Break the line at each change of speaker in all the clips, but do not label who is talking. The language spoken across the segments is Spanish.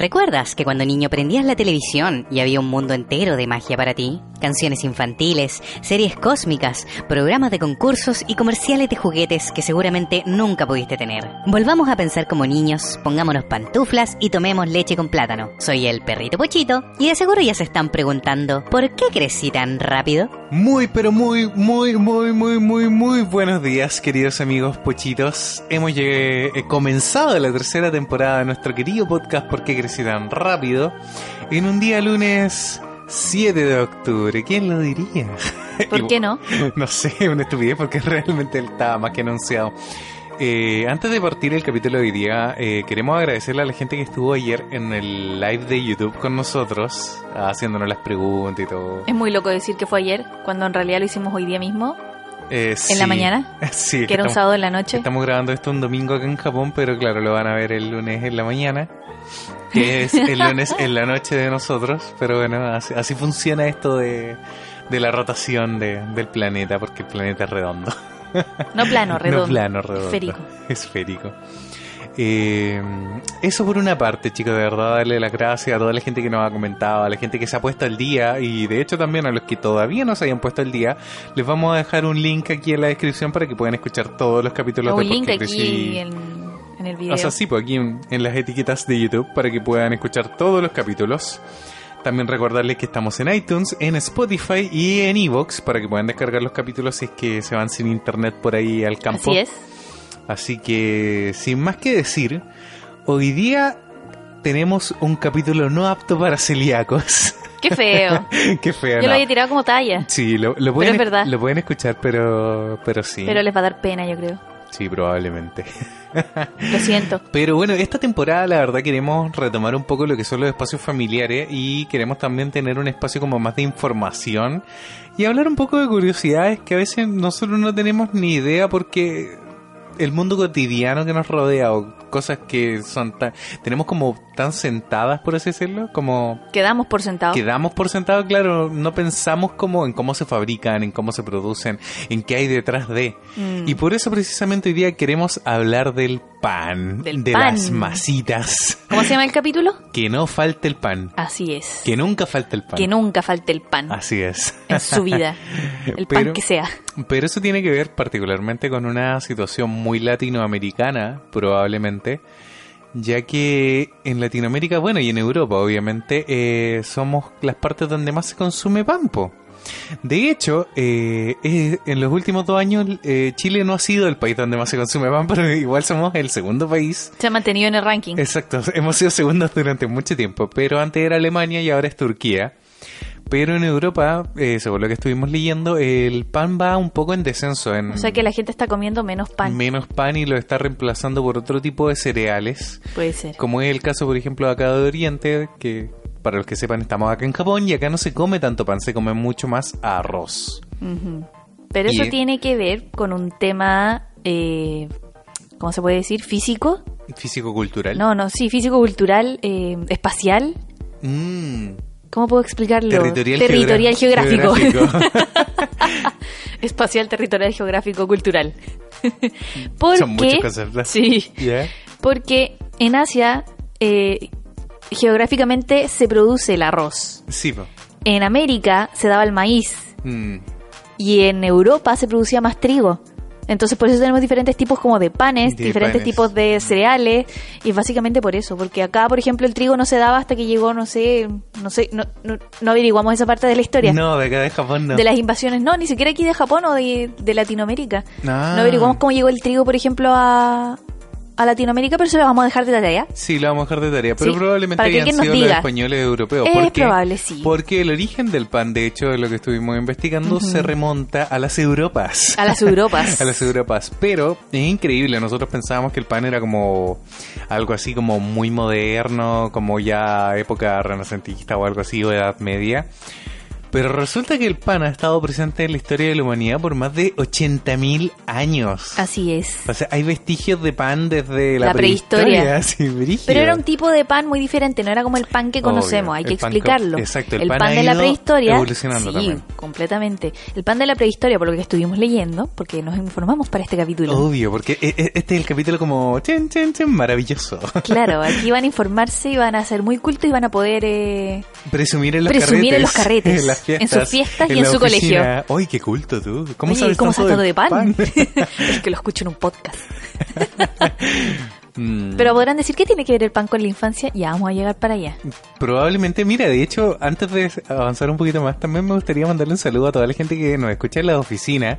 ¿Recuerdas que cuando niño prendías la televisión y había un mundo entero de magia para ti? Canciones infantiles, series cósmicas, programas de concursos y comerciales de juguetes que seguramente nunca pudiste tener. Volvamos a pensar como niños, pongámonos pantuflas y tomemos leche con plátano. Soy el perrito Pochito y de seguro ya se están preguntando, ¿por qué crecí tan rápido?
Muy, pero muy, muy, muy, muy, muy, muy buenos días, queridos amigos pochitos. Hemos llegue- eh, comenzado la tercera temporada de nuestro querido podcast ¿Por qué crecí tan rápido? En un día lunes 7 de octubre. ¿Quién lo diría?
¿Por qué no?
No sé, una estupidez porque realmente él estaba más que anunciado. Eh, antes de partir el capítulo de hoy día, eh, queremos agradecerle a la gente que estuvo ayer en el live de YouTube con nosotros, haciéndonos las preguntas y todo.
Es muy loco decir que fue ayer, cuando en realidad lo hicimos hoy día mismo,
Eh,
en
sí.
la mañana,
Sí,
que era un
estamos-
sábado en la noche.
Estamos grabando esto un domingo acá en Japón, pero claro, lo van a ver el lunes en la mañana, que es el lunes en la noche de nosotros, pero bueno, así, así funciona esto de, de la rotación de- del planeta, porque el planeta es redondo.
No plano, redondo.
No plano, redondo.
Esférico.
Esférico. Eh, eso por una parte, chicos, de verdad, darle las gracias a toda la gente que nos ha comentado, a la gente que se ha puesto al día y de hecho también a los que todavía no se hayan puesto al día. Les vamos a dejar un link aquí en la descripción para que puedan escuchar todos los capítulos
O
de
un link
Porque
aquí
Crecí.
en, en el video.
O sea, sí, pues aquí en, en las etiquetas de YouTube para que puedan escuchar todos los capítulos. También recordarles que estamos en iTunes, en Spotify y en Evox para que puedan descargar los capítulos si es que se van sin internet por ahí al campo.
Así es.
Así que, sin más que decir, hoy día tenemos un capítulo no apto para celíacos.
Qué feo.
Qué feo,
Yo lo
¿no?
había tirado como talla,
Sí, lo, lo pueden,
es verdad.
lo pueden escuchar, pero, pero sí.
pero les va a dar pena, yo creo.
Sí, probablemente.
Lo siento.
Pero bueno, esta temporada la verdad queremos retomar un poco lo que son los espacios familiares y queremos también tener un espacio como más de información y hablar un poco de curiosidades que a veces nosotros no tenemos ni idea porque el mundo cotidiano que nos rodea o cosas que son tan, tenemos como tan sentadas por así decirlo, como
Quedamos por sentado.
que damos por sentado, claro, no pensamos como en cómo se fabrican, en cómo se producen, en qué hay detrás de.
Mm.
Y por eso precisamente hoy día queremos hablar del pan,
Del
de
pan.
las masitas.
¿Cómo se llama el capítulo?
Que no falte el pan,
Así es.
que nunca falte el pan.
Que nunca falte el pan
Así es.
en su vida. El pan
Pero-
que sea.
Pero eso tiene que ver particularmente con una situación muy latinoamericana, probablemente, ya que en Latinoamérica, bueno, y en Europa, obviamente, eh, somos las partes donde más se consume pan, po. De hecho, eh, eh, en los últimos dos años eh, Chile no ha sido el país donde más se consume pan, pero igual somos el segundo país.
Se ha mantenido en el ranking.
Exacto, hemos sido segundos durante mucho tiempo, pero antes era Alemania y ahora es Turquía. Pero en Europa, eh, según lo que estuvimos leyendo, el pan va un poco en descenso. En
O sea que la gente está comiendo menos pan.
Menos pan y lo está reemplazando por otro tipo de cereales.
Puede ser.
Como es el caso, por ejemplo, acá de Oriente, que para los que sepan, estamos acá en Japón y acá no se come tanto pan, se come mucho más arroz.
Ujú. Pero eso
Y-
tiene que ver con un tema, eh, ¿cómo se puede decir? ¿Físico?
Físico-cultural.
No, no, sí, físico-cultural, eh, espacial.
Mm,
¿Cómo puedo explicarlo?
territorial,
Territorial
geogra-
geográfico.
geográfico.
espacial, territorial, geográfico, cultural. Porque,
Son muchos conceptos.
Sí,
Ya.
porque en Asia eh, geográficamente se produce el arroz.
Sí, po.
En América se daba el maíz
Mm.
y en Europa se producía más trigo. Entonces por eso tenemos diferentes tipos como de panes,
De
diferentes
panes.
tipos de cereales y básicamente por eso, porque acá por ejemplo el trigo no se daba hasta que llegó, no sé, no sé, no, no, no averiguamos esa parte de la historia.
No, de acá de Japón no.
De las invasiones, no, ni siquiera aquí de Japón o de, de Latinoamérica.
Ah.
No averiguamos cómo llegó el trigo, por ejemplo, a, a Latinoamérica, pero eso lo vamos a dejar de tarea.
Sí, lo vamos a dejar de tarea, pero
Sí,
probablemente
para que
hayan
alguien nos
sido los
diga.
españoles europeos.
Es
porque,
probable, sí.
Porque el origen del pan, de hecho, de lo que estuvimos investigando, se remonta a las Europas.
A las Europas.
A las Europas. Pero es increíble, nosotros pensábamos que el pan era como algo así como muy moderno, como ya época renacentista o algo así, o edad media. Pero resulta que el pan ha estado presente en la historia de la humanidad por más de 80.000 años.
Así es.
O sea, hay vestigios de pan desde la,
La prehistoria.
prehistoria, sí, brígido.
Pero era un tipo de pan muy diferente, no era como el pan que
Obvio,
conocemos, hay
el
que
pan
explicarlo.
que- exacto, el
el
pan
pan,
ha
de la
ido
prehistoria.
evolucionando
sí,
también.
completamente. El pan de la prehistoria, por lo que estuvimos leyendo, porque nos informamos para este capítulo.
Obvio, porque e- e- este es el capítulo como chin, chin, chin, maravilloso.
Claro, aquí van a informarse y van a ser muy cultos y van a poder. eh,
Presumir en los
Presumir
carretes.
en los carretes,
en las
en
fiestas.
sus fiestas y en
la
su
oficina. ¡Uy, qué culto tú! ¿Cómo
oye,
sabes
¿cómo
tanto
tanto
del
de pan? es que lo escucho en un podcast.
Mm,
Pero podrán decir, ¿qué tiene que ver el pan con la infancia? Ya vamos a llegar para allá.
Probablemente, mira, de hecho, antes de avanzar un poquito más, también me gustaría mandarle un saludo a toda la gente que nos escucha en las oficinas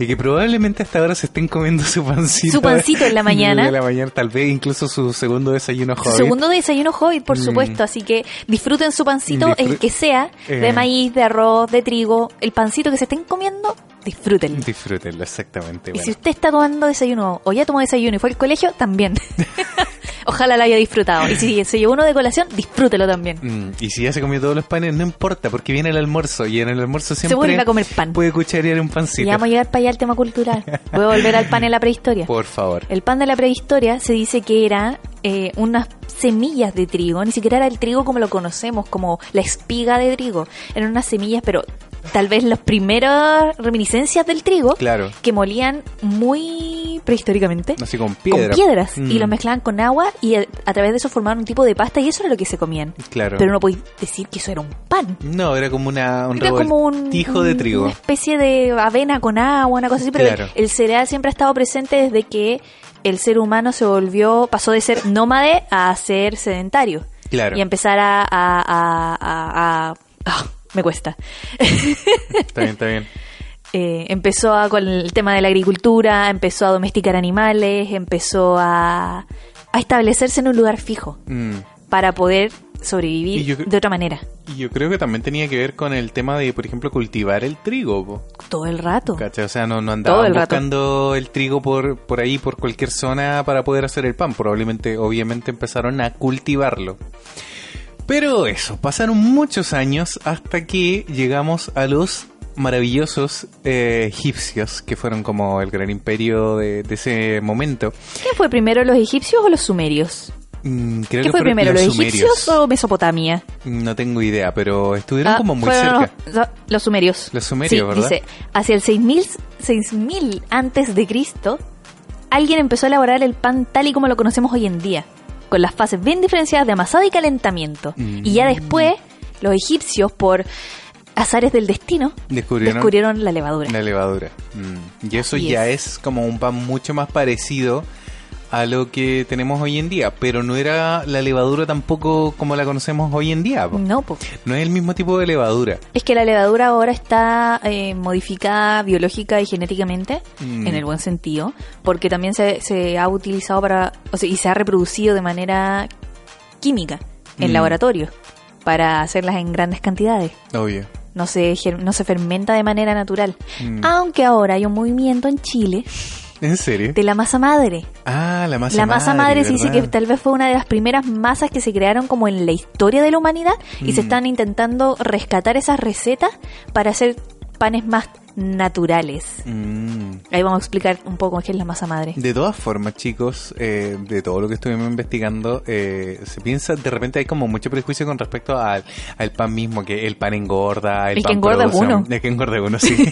y que probablemente hasta ahora se estén comiendo su pancito.
Su pancito en la mañana.
De la mañana, tal vez incluso su segundo desayuno
Su
joven.
segundo desayuno hobbit, por
Mm.
supuesto, así que disfruten su pancito,
Disfrut-
el que sea,
Eh.
de maíz, de arroz, de trigo, el pancito que se estén comiendo, disfrútenlo.
Disfrútenlo, exactamente.
Y si
Mm, bueno.
usted está tomando desayuno o ya tomó desayuno y fue al colegio, también. Ojalá lo haya disfrutado. Y si se llevó uno de colación, disfrútelo también.
Mm, y si ya se comió todos los panes, no importa, porque viene el almuerzo y en el almuerzo siempre
vuelve a comer pan.
puede cucharear un
Y
pancito.
vamos a llegar para allá al tema cultural. Voy a volver al pan en la prehistoria.
Por favor.
El pan de la prehistoria se dice que era eh, unas semillas de trigo, ni siquiera era el trigo como lo conocemos, como la espiga de trigo. Eran unas semillas, pero tal vez las primeras reminiscencias del trigo
Claro.
que molían muy prehistóricamente.
Así con piedra.
Con piedras y
Mm,
lo mezclaban con agua y a, a través de eso formaban un tipo de pasta y eso era lo que se comían.
Claro.
Pero no podéis decir que eso era un pan.
No, era como una, un
Era como un
revoltijo de
un-
trigo.
Una especie de avena con agua, una cosa así, pero el-
Claro.
el, cereal siempre ha estado presente desde que el ser humano se volvió, pasó de ser nómade a ser sedentario.
Claro.
Y a empezar a... a- a- a- a- ah, me cuesta.
Está bien, está bien.
Eh, empezó a- con el tema de la agricultura, empezó a domesticar animales, empezó a, a establecerse en un lugar fijo
Mm.
para poder
Y
sobrevivir
yo cre-
de otra manera.
Y yo creo que también tenía que ver con el tema de, por ejemplo, cultivar el trigo. po.
Todo el rato.
¿Cachai? O sea, no, no andaban
el rato.
buscando el trigo por, por ahí, por cualquier zona para poder hacer el pan. Probablemente, obviamente, empezaron a cultivarlo. Pero eso, pasaron muchos años hasta que llegamos a los maravillosos eh, egipcios, que fueron como el gran imperio de, de ese momento.
¿Quién fue primero, los egipcios o los sumerios?
Mm, creo
¿Qué
que
fue
fueron
primero, los,
sumerios.
egipcios o Mesopotamia?
No tengo idea, pero estuvieron
Ah,
como muy
fueron
cerca.
Los, los sumerios.
Los sumerios,
Sí,
¿verdad?
dice, hacia el 6000, 6000 antes de Cristo, alguien empezó a elaborar el pan tal y como lo conocemos hoy en día, con las fases bien diferenciadas de amasado y calentamiento.
Mm.
Y ya después, los egipcios, por azares del destino,
Descubrieron,
descubrieron la levadura.
la levadura. Mm, Y eso
Así
ya es. como un pan mucho más parecido a lo que tenemos hoy en día, pero no era la levadura tampoco como la conocemos hoy en día. po.
No, po.
No es el mismo tipo de levadura.
Es que la levadura ahora está eh, modificada biológica y genéticamente,
Mm.
en el buen sentido, porque también se, se ha utilizado para, o sea, y se ha reproducido de manera química en
Mm.
laboratorio para hacerlas en grandes cantidades.
Obvio.
No se, ger- no se fermenta de manera natural.
Mm.
Aunque ahora hay un movimiento en Chile
¿En serio?
de la masa madre.
Ah, la masa
la
madre.
masa madre se dice que
¿verdad?
tal vez fue una de las primeras masas que se crearon como en la historia de la humanidad y se
Mm.
están intentando rescatar esas recetas para hacer panes más naturales.
Mm.
Ahí vamos a explicar un poco qué es la masa madre.
De todas formas, chicos, eh, de todo lo que estuvimos investigando, eh, se piensa, de repente hay como mucho prejuicio con respecto al, al pan mismo, que el pan engorda, el,
El que
pan
engorda es
produce,
uno.
El que engorda es uno, sí.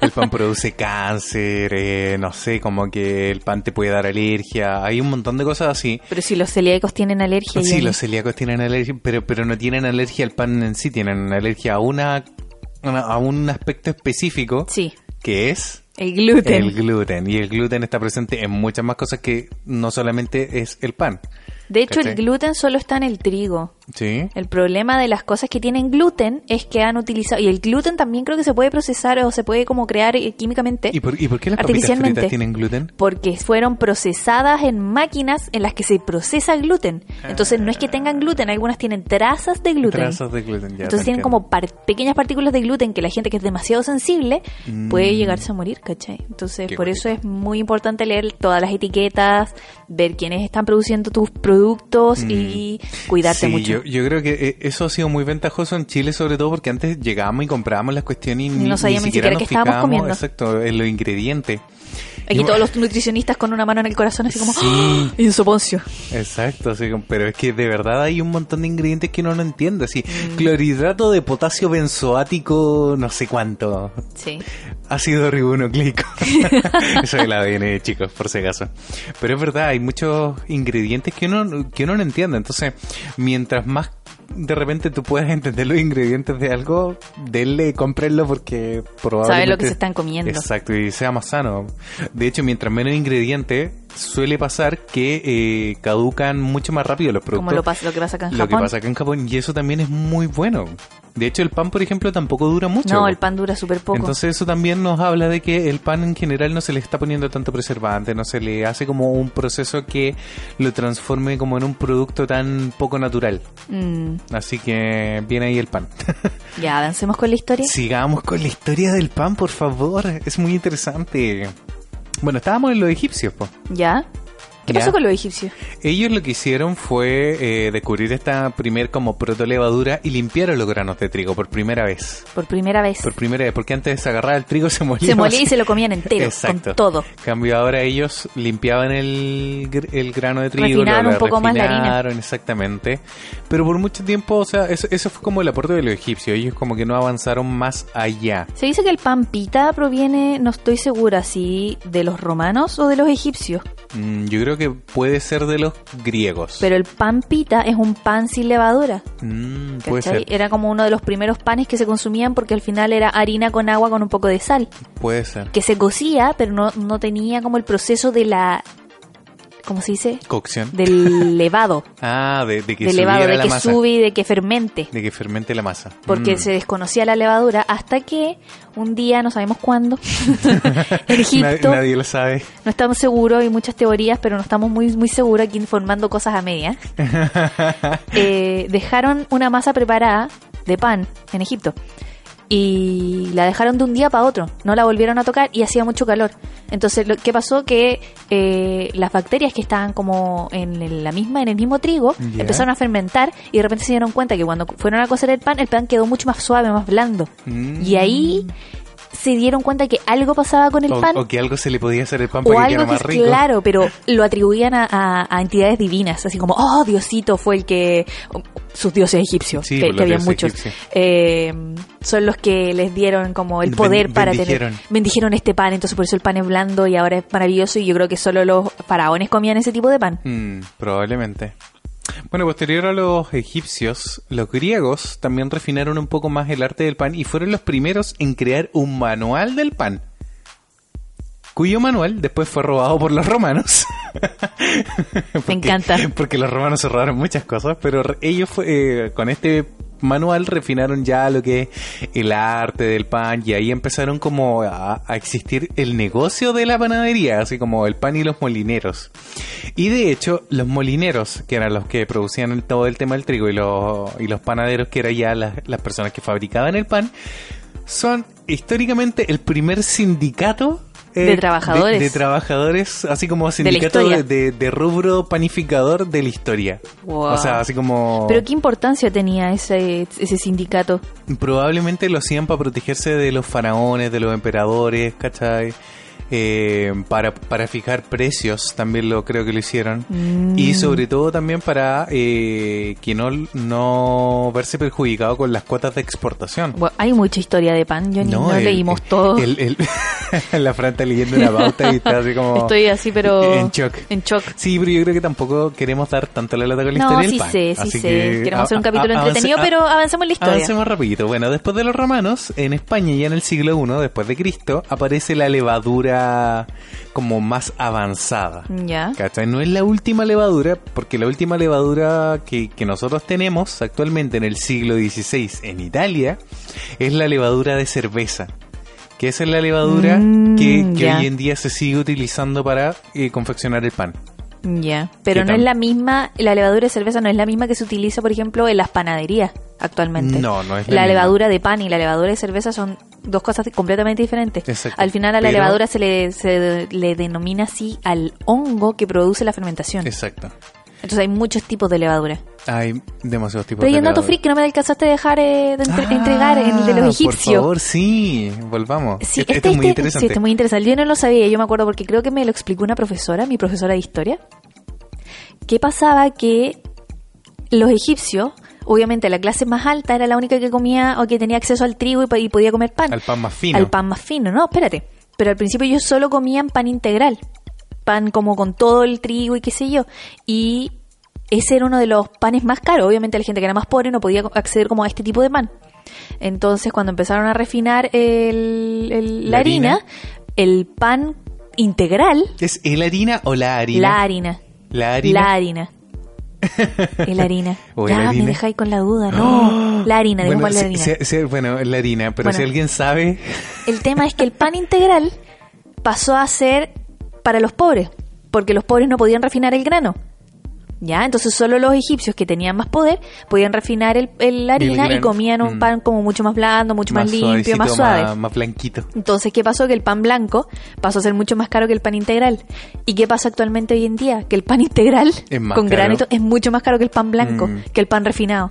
el pan produce cáncer, eh, no sé, como que el pan te puede dar alergia, hay un montón de cosas así.
Pero si los celíacos tienen alergia y
Sí,
el-
los celíacos tienen alergia, pero, pero no tienen alergia al pan en sí, tienen alergia a una, a un aspecto específico,
Sí,
que es...
el gluten.
El gluten. Y el gluten está presente en muchas más cosas que no solamente es el pan.
de hecho, el
¿cachai?
gluten solo está en el trigo.
Sí.
El problema de las cosas que tienen gluten es que han utilizado y el gluten también creo que se puede procesar o se puede como crear eh, químicamente.
¿Y por, ¿Y por qué las papitas
Artificialmente.
fritas tienen gluten?
porque fueron procesadas en máquinas en las que se procesa gluten. Entonces no es que tengan gluten, algunas tienen trazas de gluten.
Trazas de gluten, ya.
Entonces
te
tienen
entiendo.
como par- pequeñas partículas de gluten que la gente que es demasiado sensible
Mm.
puede llegarse a morir, ¿cachai? Entonces
Qué
por eso
bonito.
es muy importante leer todas las etiquetas, ver quiénes están produciendo tus productos y cuidarte
Mm. Sí,
mucho.
yo, yo creo que eh, eso ha sido muy ventajoso en Chile, sobre todo porque antes llegábamos y comprábamos las cuestiones y ni,
No sabíamos ni siquiera
nos
qué estábamos
fijábamos,
comiendo.
Exacto, en los ingredientes.
Aquí
Y-
todos los nutricionistas con una mano en el corazón, así como.
Sí.
¡Ah! Insoponcio.
Exacto, así como- pero es que de verdad hay un montón de ingredientes que uno no entiende. Así, clorhidrato de potasio benzoático, no sé cuánto.
Sí.
Ácido ribonucleico. Eso es el ADN, chicos, por si acaso. Pero es verdad, hay muchos ingredientes que uno, que uno no entiende. Entonces, mientras más de repente tú puedas entender los ingredientes de algo, denle, cómprenlo porque probablemente...
Saben lo que se están comiendo.
Exacto, y sea más sano. De hecho, mientras menos ingredientes, suele pasar que eh, caducan mucho más rápido los productos.
Como lo, pas- lo que pasa acá en
Lo que
Japón.
pasa acá en Japón, y eso también es muy bueno. De hecho, el pan, por ejemplo, tampoco dura mucho.
no, el pan dura súper poco.
Entonces eso también nos habla de que el pan en general no se le está poniendo tanto preservante, no se le hace como un proceso que lo transforme como en un producto tan poco natural.
Mm,
Así que viene ahí el pan.
ya, avancemos con la historia.
Sigamos con la historia del pan, por favor. Es muy interesante. Bueno, estábamos en los egipcios, po.
Ya. ¿Qué
Ya.
pasó con los egipcios?
Ellos lo que hicieron fue eh, descubrir esta primer como protolevadura y limpiaron los granos de trigo por primera vez.
Por primera vez.
Por primera vez, porque antes agarraba el trigo se molía.
se molía
así.
y se lo comían entero,
Exacto.
con todo.
cambio ahora ellos limpiaban el, gr- el grano de trigo,
Refinaron
lo
un poco más la harina.
refinaron, exactamente. Pero por mucho tiempo, o sea, eso, eso fue como el aporte de los egipcios. Ellos como que no avanzaron más allá.
Se dice que el pan pita proviene, no estoy segura si de los romanos o de los egipcios,
Mm, yo creo que puede ser de los griegos.
pero el pan pita es un pan sin levadura.
Mm, puede
¿cachai?
ser,
Era como uno de los primeros panes que se consumían porque al final era harina con agua con un poco de sal,
puede ser.
que se cocía, pero no, no tenía como el proceso de la, ¿cómo se dice?
Cocción.
Del levado,
ah, de, de que
del levado,
subiera
de
la
que
masa.
sube y de que fermente.
De que fermente la masa.
porque
Mm.
se desconocía la levadura hasta que un día, no sabemos cuándo, en Egipto,
Na- nadie lo sabe.
no estamos seguros, hay muchas teorías, pero no estamos muy, muy seguros aquí informando cosas a medias, eh, dejaron una masa preparada de pan en Egipto y la dejaron de un día para otro, no la volvieron a tocar y hacía mucho calor. Entonces, lo, ¿qué pasó? Que eh, las bacterias que estaban como en el- la misma, en el mismo trigo,
Ya.
empezaron a fermentar y de repente se dieron cuenta que cuando fueron a cocer el pan, el pan quedó mucho más suave, más blando.
Mm.
Y ahí se dieron cuenta que algo pasaba con el
O,
pan
o que algo se le podía hacer el pan
o
para que
algo
quedara
que
más
es
rico.
claro, pero lo atribuían a, a- a entidades divinas, así como, oh, Diosito fue el que, sus dioses egipcios,
Sí,
que,
los
que había
dioses
muchos,
egipcios.
eh, son los que les dieron como el
Ben-
poder para
bendijeron.
tener, bendijeron este pan, entonces por eso el pan es blando y ahora es maravilloso y yo creo que solo los faraones comían ese tipo de pan.
Mm, probablemente. Bueno, posterior a los egipcios, los griegos también refinaron un poco más el arte del pan y fueron los primeros en crear un manual del pan. Cuyo manual después fue robado por los romanos.
Me encanta.
Porque los romanos se robaron muchas cosas, pero re- ellos fue- eh, con este manual refinaron ya lo que es el arte del pan y ahí empezaron como a, a existir el negocio de la panadería, así como el pan y los molineros. Y de hecho, los molineros, que eran los que producían el- todo el tema del trigo, y los, y los panaderos, que eran ya las, las personas que fabricaban el pan, son históricamente el primer sindicato eh,
De trabajadores.
De, de trabajadores, así como
la
sindicato de,
historia.
de- de rubro panificador de la historia.
Wow.
O sea, así como...
Pero qué importancia tenía ese, ese sindicato.
Probablemente lo hacían para protegerse de los faraones, de los emperadores, ¿cachai? Eh, para, para fijar precios también lo creo que lo hicieron.
Mm.
Y sobre todo también para eh, que no, no verse perjudicado con las cuotas de exportación.
Bueno, hay mucha historia de pan, yo ni, no
el-
leímos
el-
todo.
el- el- la Fran está leyendo una pauta y está así como...
Estoy así, pero
En shock.
En shock.
Sí, pero yo creo que tampoco queremos dar tanto la lata con la
No,
historia del
sí
pan.
sé, sí
Así
sé.
que
Queremos hacer un
a- a-
capítulo
avance-
entretenido,
a-
pero avancemos la historia.
Avancemos rapidito. Bueno, después de los romanos, en España ya en el siglo I, después de Cristo, aparece la levadura como más avanzada.
Ya.
¿Cachai? No es la última levadura, porque la última levadura que, que nosotros tenemos actualmente en el siglo XVI en Italia es la levadura de cerveza. Que esa es la levadura
Mm,
que, que
ya.
hoy en día se sigue utilizando para eh, confeccionar el pan.
Ya. Pero
Que
no es
tam-
la misma, la levadura de cerveza no es la misma que se utiliza, por ejemplo, en las panaderías actualmente.
No, no es la
La,
misma.
levadura de pan y la levadura de cerveza son dos cosas completamente diferentes.
Exacto.
Al final a la
Pero-
levadura se le, se le denomina así al hongo que produce la fermentación.
Exacto.
Entonces hay muchos tipos de levadura.
Hay demasiados tipos
Pero hay
de
un dato
levadura.
freak que no me alcanzaste a dejar eh, de entre-
Ah,
entregar, el de los
Por
egipcios.
favor, sí, volvamos.
Sí,
este,
este,
este es muy
este-
interesante.
sí, este es muy interesante. Yo no lo sabía, yo me acuerdo porque creo que me lo explicó una profesora, mi profesora de historia, que pasaba que los egipcios, obviamente la clase más alta era la única que comía o que tenía acceso al trigo y, po- y podía comer pan.
Al pan más fino.
Al pan más fino, no, espérate. Pero al principio ellos solo comían pan integral, pan como con todo el trigo y qué sé yo. Y ese era uno de los panes más caros. Obviamente la gente que era más pobre no podía acceder como a este tipo de pan. Entonces cuando empezaron a refinar el, el- la
La
harina,
harina.
el pan integral,
¿Es el harina o la harina?
la harina,
La harina.
la harina. El harina.
O el
ya me
harina.
dejáis con la duda, no. La harina,
bueno,
dejémosle la
si-
harina.
si- si- bueno, la harina, pero
Bueno.
si alguien sabe,
El tema es que el pan integral pasó a ser para los pobres, porque los pobres no podían refinar el grano. Ya, entonces solo los egipcios que tenían más poder podían refinar el, el harina y
grano.
comían un
Mm.
pan como mucho más blando, mucho más, limpio,
suavecito,
más suave.
Más, más blanquito.
Entonces, ¿qué pasó? Que el pan blanco pasó a ser mucho más caro que el pan integral. ¿Y qué pasa actualmente hoy en día? Que el pan integral
Es más
con
caro.
granito es mucho más caro que el pan blanco,
Mm.
que el pan refinado.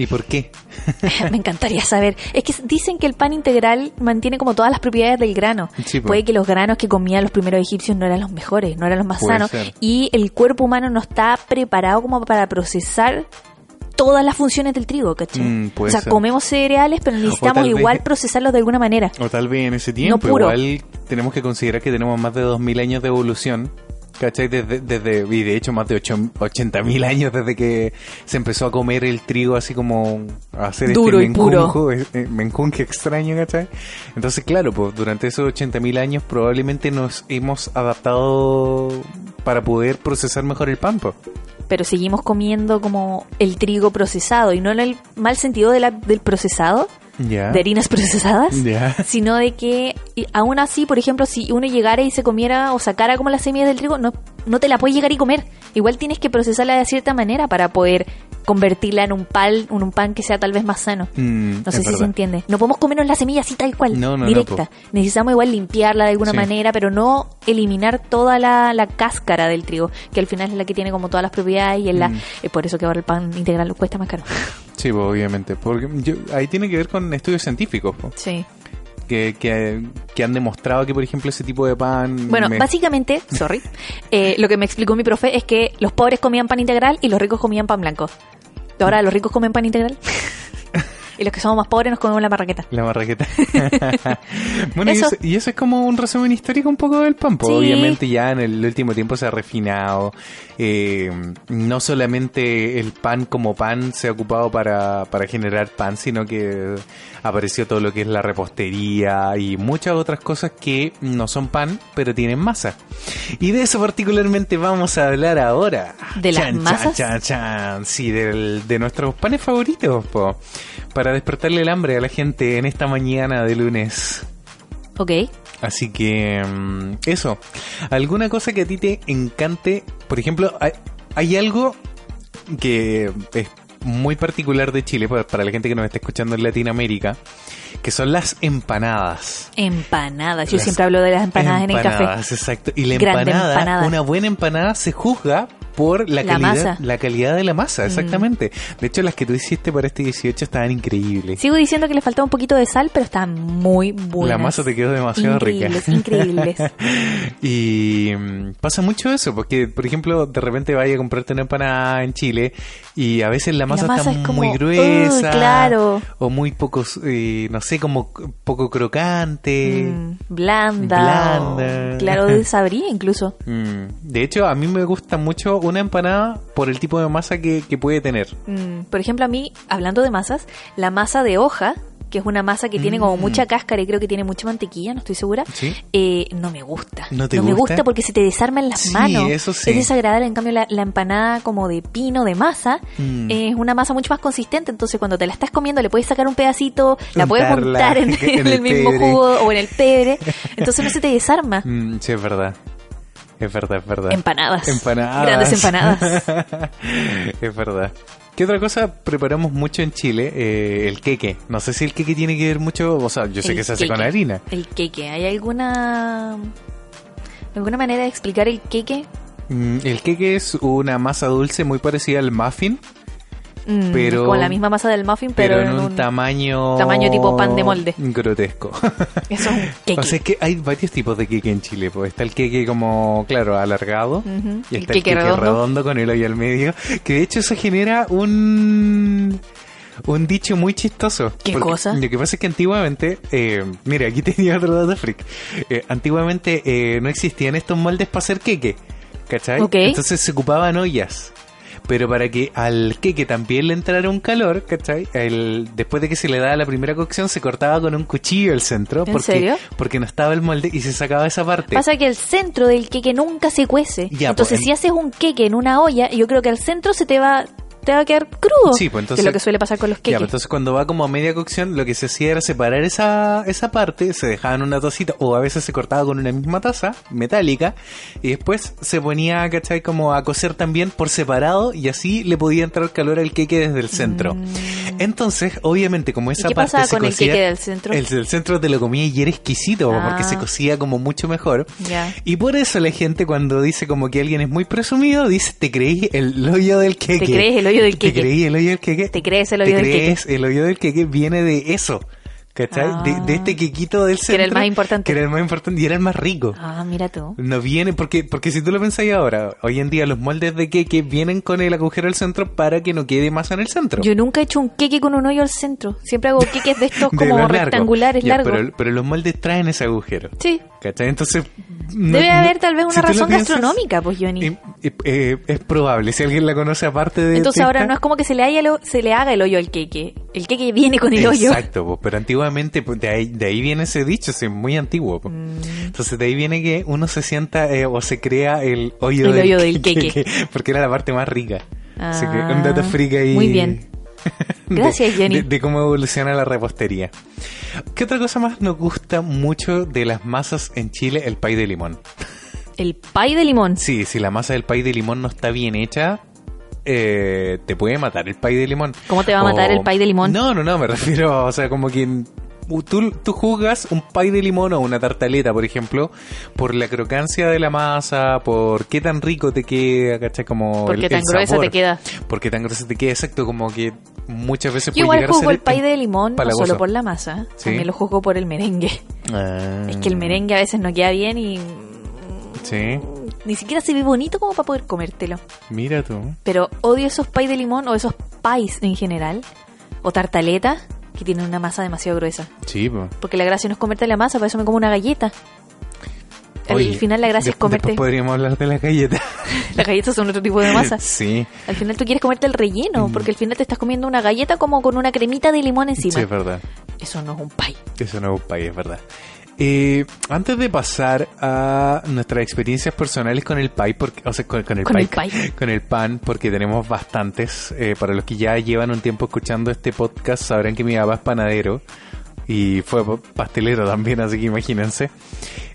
¿Y por qué?
Me encantaría saber. Es que dicen que el pan integral mantiene como todas las propiedades del grano.
Sí, po.
Puede que los granos que comían los primeros egipcios no eran los mejores, no eran los más
Puede
sanos.
ser.
Y el cuerpo humano no está preparado como para procesar todas las funciones del trigo, ¿cachai?
Mm, puede
o sea,
ser.
comemos cereales, pero necesitamos
tal vez-
igual procesarlos de alguna manera.
O tal vez en ese tiempo,
puro.
igual tenemos que considerar que tenemos más de 2.000 años de evolución, ¿cachai? Desde, desde, y de hecho más de ocho- 80.000 años desde que se empezó a comer el trigo así como a hacer
Duro y
este
puro.
menjunjo, eh, eh, menjunje extraño, ¿cachai? Entonces, claro, pues durante esos 80.000 años probablemente nos hemos adaptado para poder procesar mejor el pues. pampo.
Pero seguimos comiendo como el trigo procesado y no en el mal sentido de la- del procesado,
Ya.
de harinas procesadas.
Ya.
sino de que y aún así, por ejemplo, si uno llegara y se comiera o sacara como las semillas del trigo, no, no te la puedes llegar y comer. Igual tienes que procesarla de cierta manera para poder convertirla en un pan, en un pan que sea tal vez más sano.
Mm,
No sé
es
si se
verdad.
entiende. No podemos comernos la semilla así tal cual,
No, no, no,
directa.
po.
Necesitamos igual limpiarla de alguna
Sí.
manera, pero no eliminar toda la, la cáscara del trigo, que al final es la que tiene como todas las propiedades y es la,
Mm.
eh, por eso que ahora el pan integral cuesta más caro.
Sí, pues, obviamente. Porque yo- ahí tiene que ver con estudios científicos, pues.
Sí.
que, que, que han demostrado que, por ejemplo, ese tipo de pan...
Bueno,
me-
básicamente, sorry, eh, lo que me explicó mi profe es que los pobres comían pan integral y los ricos comían pan blanco. Y ahora los ricos comen pan integral y los que somos más pobres nos comemos la marraqueta.
La marraqueta. bueno, Y,
Eso.
eso, y eso es como un resumen histórico un poco del pampo.
Sí.
Obviamente ya en el último tiempo se ha refinado. Eh, no solamente el pan como pan se ha ocupado para, para generar pan, sino que apareció todo lo que es la repostería y muchas otras cosas que no son pan, pero tienen masa. Y de eso particularmente vamos a hablar ahora.
¿De las masas?
Chan, chan. Sí, del- de nuestros panes favoritos, po. Para despertarle el hambre a la gente en esta mañana de lunes.
Ok.
Así que mm, eso. ¿Alguna cosa que a ti te encante? Por ejemplo, hay, hay algo que es muy particular de Chile pa- para la gente que nos está escuchando en Latinoamérica, que son las empanadas.
Empanadas. Yo
Las
siempre hablo de las empanadas, en el café.
Empanadas, exacto. Y la
Grande
empanada,
empanada.
una buena empanada se juzga por la,
La
calidad,
masa. Mm.
la calidad de la masa, exactamente. De hecho, las que tú hiciste para este 18 estaban increíbles.
Sigo diciendo que le faltaba un poquito de sal, pero están muy buenas.
La masa te quedó demasiado
increíbles,
rica.
Increíbles,
Y mm, pasa mucho eso, porque por ejemplo, de repente vaya a comprarte una empanada en Chile y a veces la masa,
masa
está
es como,
muy gruesa
"Uy, claro".
o muy poco, eh, no sé, como c- poco crocante.
Mm, blanda.
Blanda.
Claro, desabría incluso.
Mm, De hecho, a mí me gusta mucho una empanada por el tipo de masa que, que puede tener.
Mm, por ejemplo, a mí, hablando de masas, la masa de hoja, que es una masa que tiene como
Mm.
mucha cáscara y creo que tiene mucha mantequilla, no estoy segura,
¿Sí?
eh, no me gusta.
¿No te
me
gusta?
gusta porque se te desarman las
Sí,
manos.
eso sí.
Es desagradable, en cambio, la, la empanada como de pino, de masa,
Mm.
es una masa mucho más consistente, entonces cuando te la estás comiendo le puedes sacar un pedacito, la puedes
Untarla
juntar en,
en
en el
el
mismo
pebre.
jugo o en el pebre, entonces no se te desarma.
Mm, sí, es verdad. Es verdad, es verdad.
Empanadas.
Empanadas.
Grandes empanadas.
es verdad. ¿Qué otra cosa preparamos mucho en Chile? Eh, el queque. No sé si el queque tiene que ver mucho, o sea, yo sé
El
que se hace con
queque.
harina.
El queque, ¿hay alguna alguna manera de explicar el queque?
Mm, El queque es una masa dulce muy parecida al muffin,
Mm,
Pero-
con la misma masa del muffin,
pero,
pero,
en un, tamaño...
tamaño tipo pan de molde.
Grotesco.
Eso es un queque.
O sea, es que hay varios tipos de queque en Chile. Pues está el queque como, claro, alargado.
Ujú.
Y está
El
el
queque
queque redondo.
redondo.
con el hoyo al medio. Que de hecho eso genera un... Un dicho muy chistoso.
¿Qué
Porque
cosa?
Lo que pasa es que antiguamente... eh, mira, aquí tenía otro dato freak. Eh, antiguamente eh, no existían estos moldes para hacer queque. ¿Cachai?
Ok.
Entonces se ocupaban ollas. Pero para que al queque también le entrara un calor, ¿cachai? El, después de que se le daba la primera cocción, se cortaba con un cuchillo el centro.
¿En
porque,
serio?
Porque no estaba el molde y se sacaba esa parte.
Pasa que el centro del queque nunca se cuece.
Ya,
Entonces,
pues,
si haces un queque en una olla, yo creo que al centro se te va, te va a quedar crudo.
Sí, pues, entonces-
Que es lo que suele pasar con los
Ya,
queques.
pero entonces cuando va como a media cocción, lo que se hacía era separar esa, esa parte, se dejaba en una tacita, o a veces se cortaba con una misma taza metálica, y después se ponía, ¿cachai? Como a cocer también por separado, y así le podía entrar calor al queque desde el centro. Entonces, obviamente, como esa
Mm. qué
parte
pasaba
se
con el
cocía-
queque del centro?
El del centro te lo comía y era exquisito,
Ah.
porque se cocía como mucho mejor.
Ya.
Y por eso la gente cuando dice como que alguien es muy presumido, dice, te creí el hoyo del queque.
crees el hoyo del
Te
queque.
creí el hoyo del queque.
Te crees el hoyo del queque.
crees el hoyo del queque viene de eso. ¿Cachai?
Ah.
De, de este quequito del centro.
era el más importante.
Que era el más importante y era el más rico.
Ah, mira tú.
No viene, porque, porque si tú lo pensáis ahora, hoy en día los moldes de queque vienen con el agujero al centro para que no quede masa en el centro.
Yo nunca he hecho un queque con un hoyo al centro. Siempre hago queques de estos
De
como
los largos.
rectangulares
Ya,
largos.
Pero, pero los moldes traen ese agujero.
Sí.
¿Cachai? Entonces. no-
Debe
no-
haber tal vez una
si tú lo
razón
piensas,
gastronómica, pues, Johnny.
eh, eh, eh, es probable, si alguien la conoce aparte de.
Entonces
de
ahora
esta-
no es como que se le, haya el ho- se le haga el hoyo al queque. El queque viene con el hoyo.
Exacto, po, pero antiguamente pues, de, ahí, de ahí viene ese dicho, es muy antiguo. po.
Mm.
Entonces de ahí viene que uno se sienta eh, o se crea el hoyo,
El
del,
hoyo del queque.
Porque era la parte más rica. Así que
Ah,
un dato freak ahí.
muy bien.
de-
Gracias, Johnny.
De, de cómo evoluciona la repostería. ¿Qué otra cosa más nos gusta mucho de las masas en Chile? El pay de limón.
El pay de limón.
Sí, si la masa del pay de limón no está bien hecha, eh, te puede matar el pay de limón.
¿Cómo te va a matar el pay de limón?
No, no, no, me refiero, o sea, como que uh, tú, tú juzgas un pay de limón o una tartaleta, por ejemplo, por la crocancia de la masa, por qué tan rico te queda, ¿cachai? Como
Por
el-
qué
el
tan gruesa
sabor.
te queda.
Por qué tan gruesa te queda, exacto, como que muchas veces
Yo
puede
igual
llegar a
juzgo
ser este.
el pay de limón no
empalagoso.
solo por la masa, ¿eh?
Sí.
también lo juzgo por el merengue.
Ah,
Es que el merengue a veces no queda bien y
Sí,
ni siquiera se ve bonito como para poder comértelo.
mira tú.
Pero odio esos pay de limón o esos pies en general, o tartaletas que tienen una masa demasiado gruesa.
Sí, po.
Porque la gracia no es comerte la masa, para eso me como una galleta. Al
Oye,
final la gracia
de-
es comerte...
Después podríamos hablar de las galletas.
Las galletas son otro tipo de masa.
Sí.
Al final tú quieres comerte el
Mm.
relleno, porque al final te estás comiendo una galleta como con una cremita de limón
Sí,
encima.
es verdad.
Eso no es un pay.
Eso no es un país, es verdad. Eh, antes de pasar a nuestras experiencias personales con el pie, porque, o sea, con, con el,
Con el
pie,
pie.
con el pan, porque tenemos bastantes. eh, para los que ya llevan un tiempo escuchando este podcast, sabrán que mi papá es panadero y fue pa- pastelero también, así que imagínense.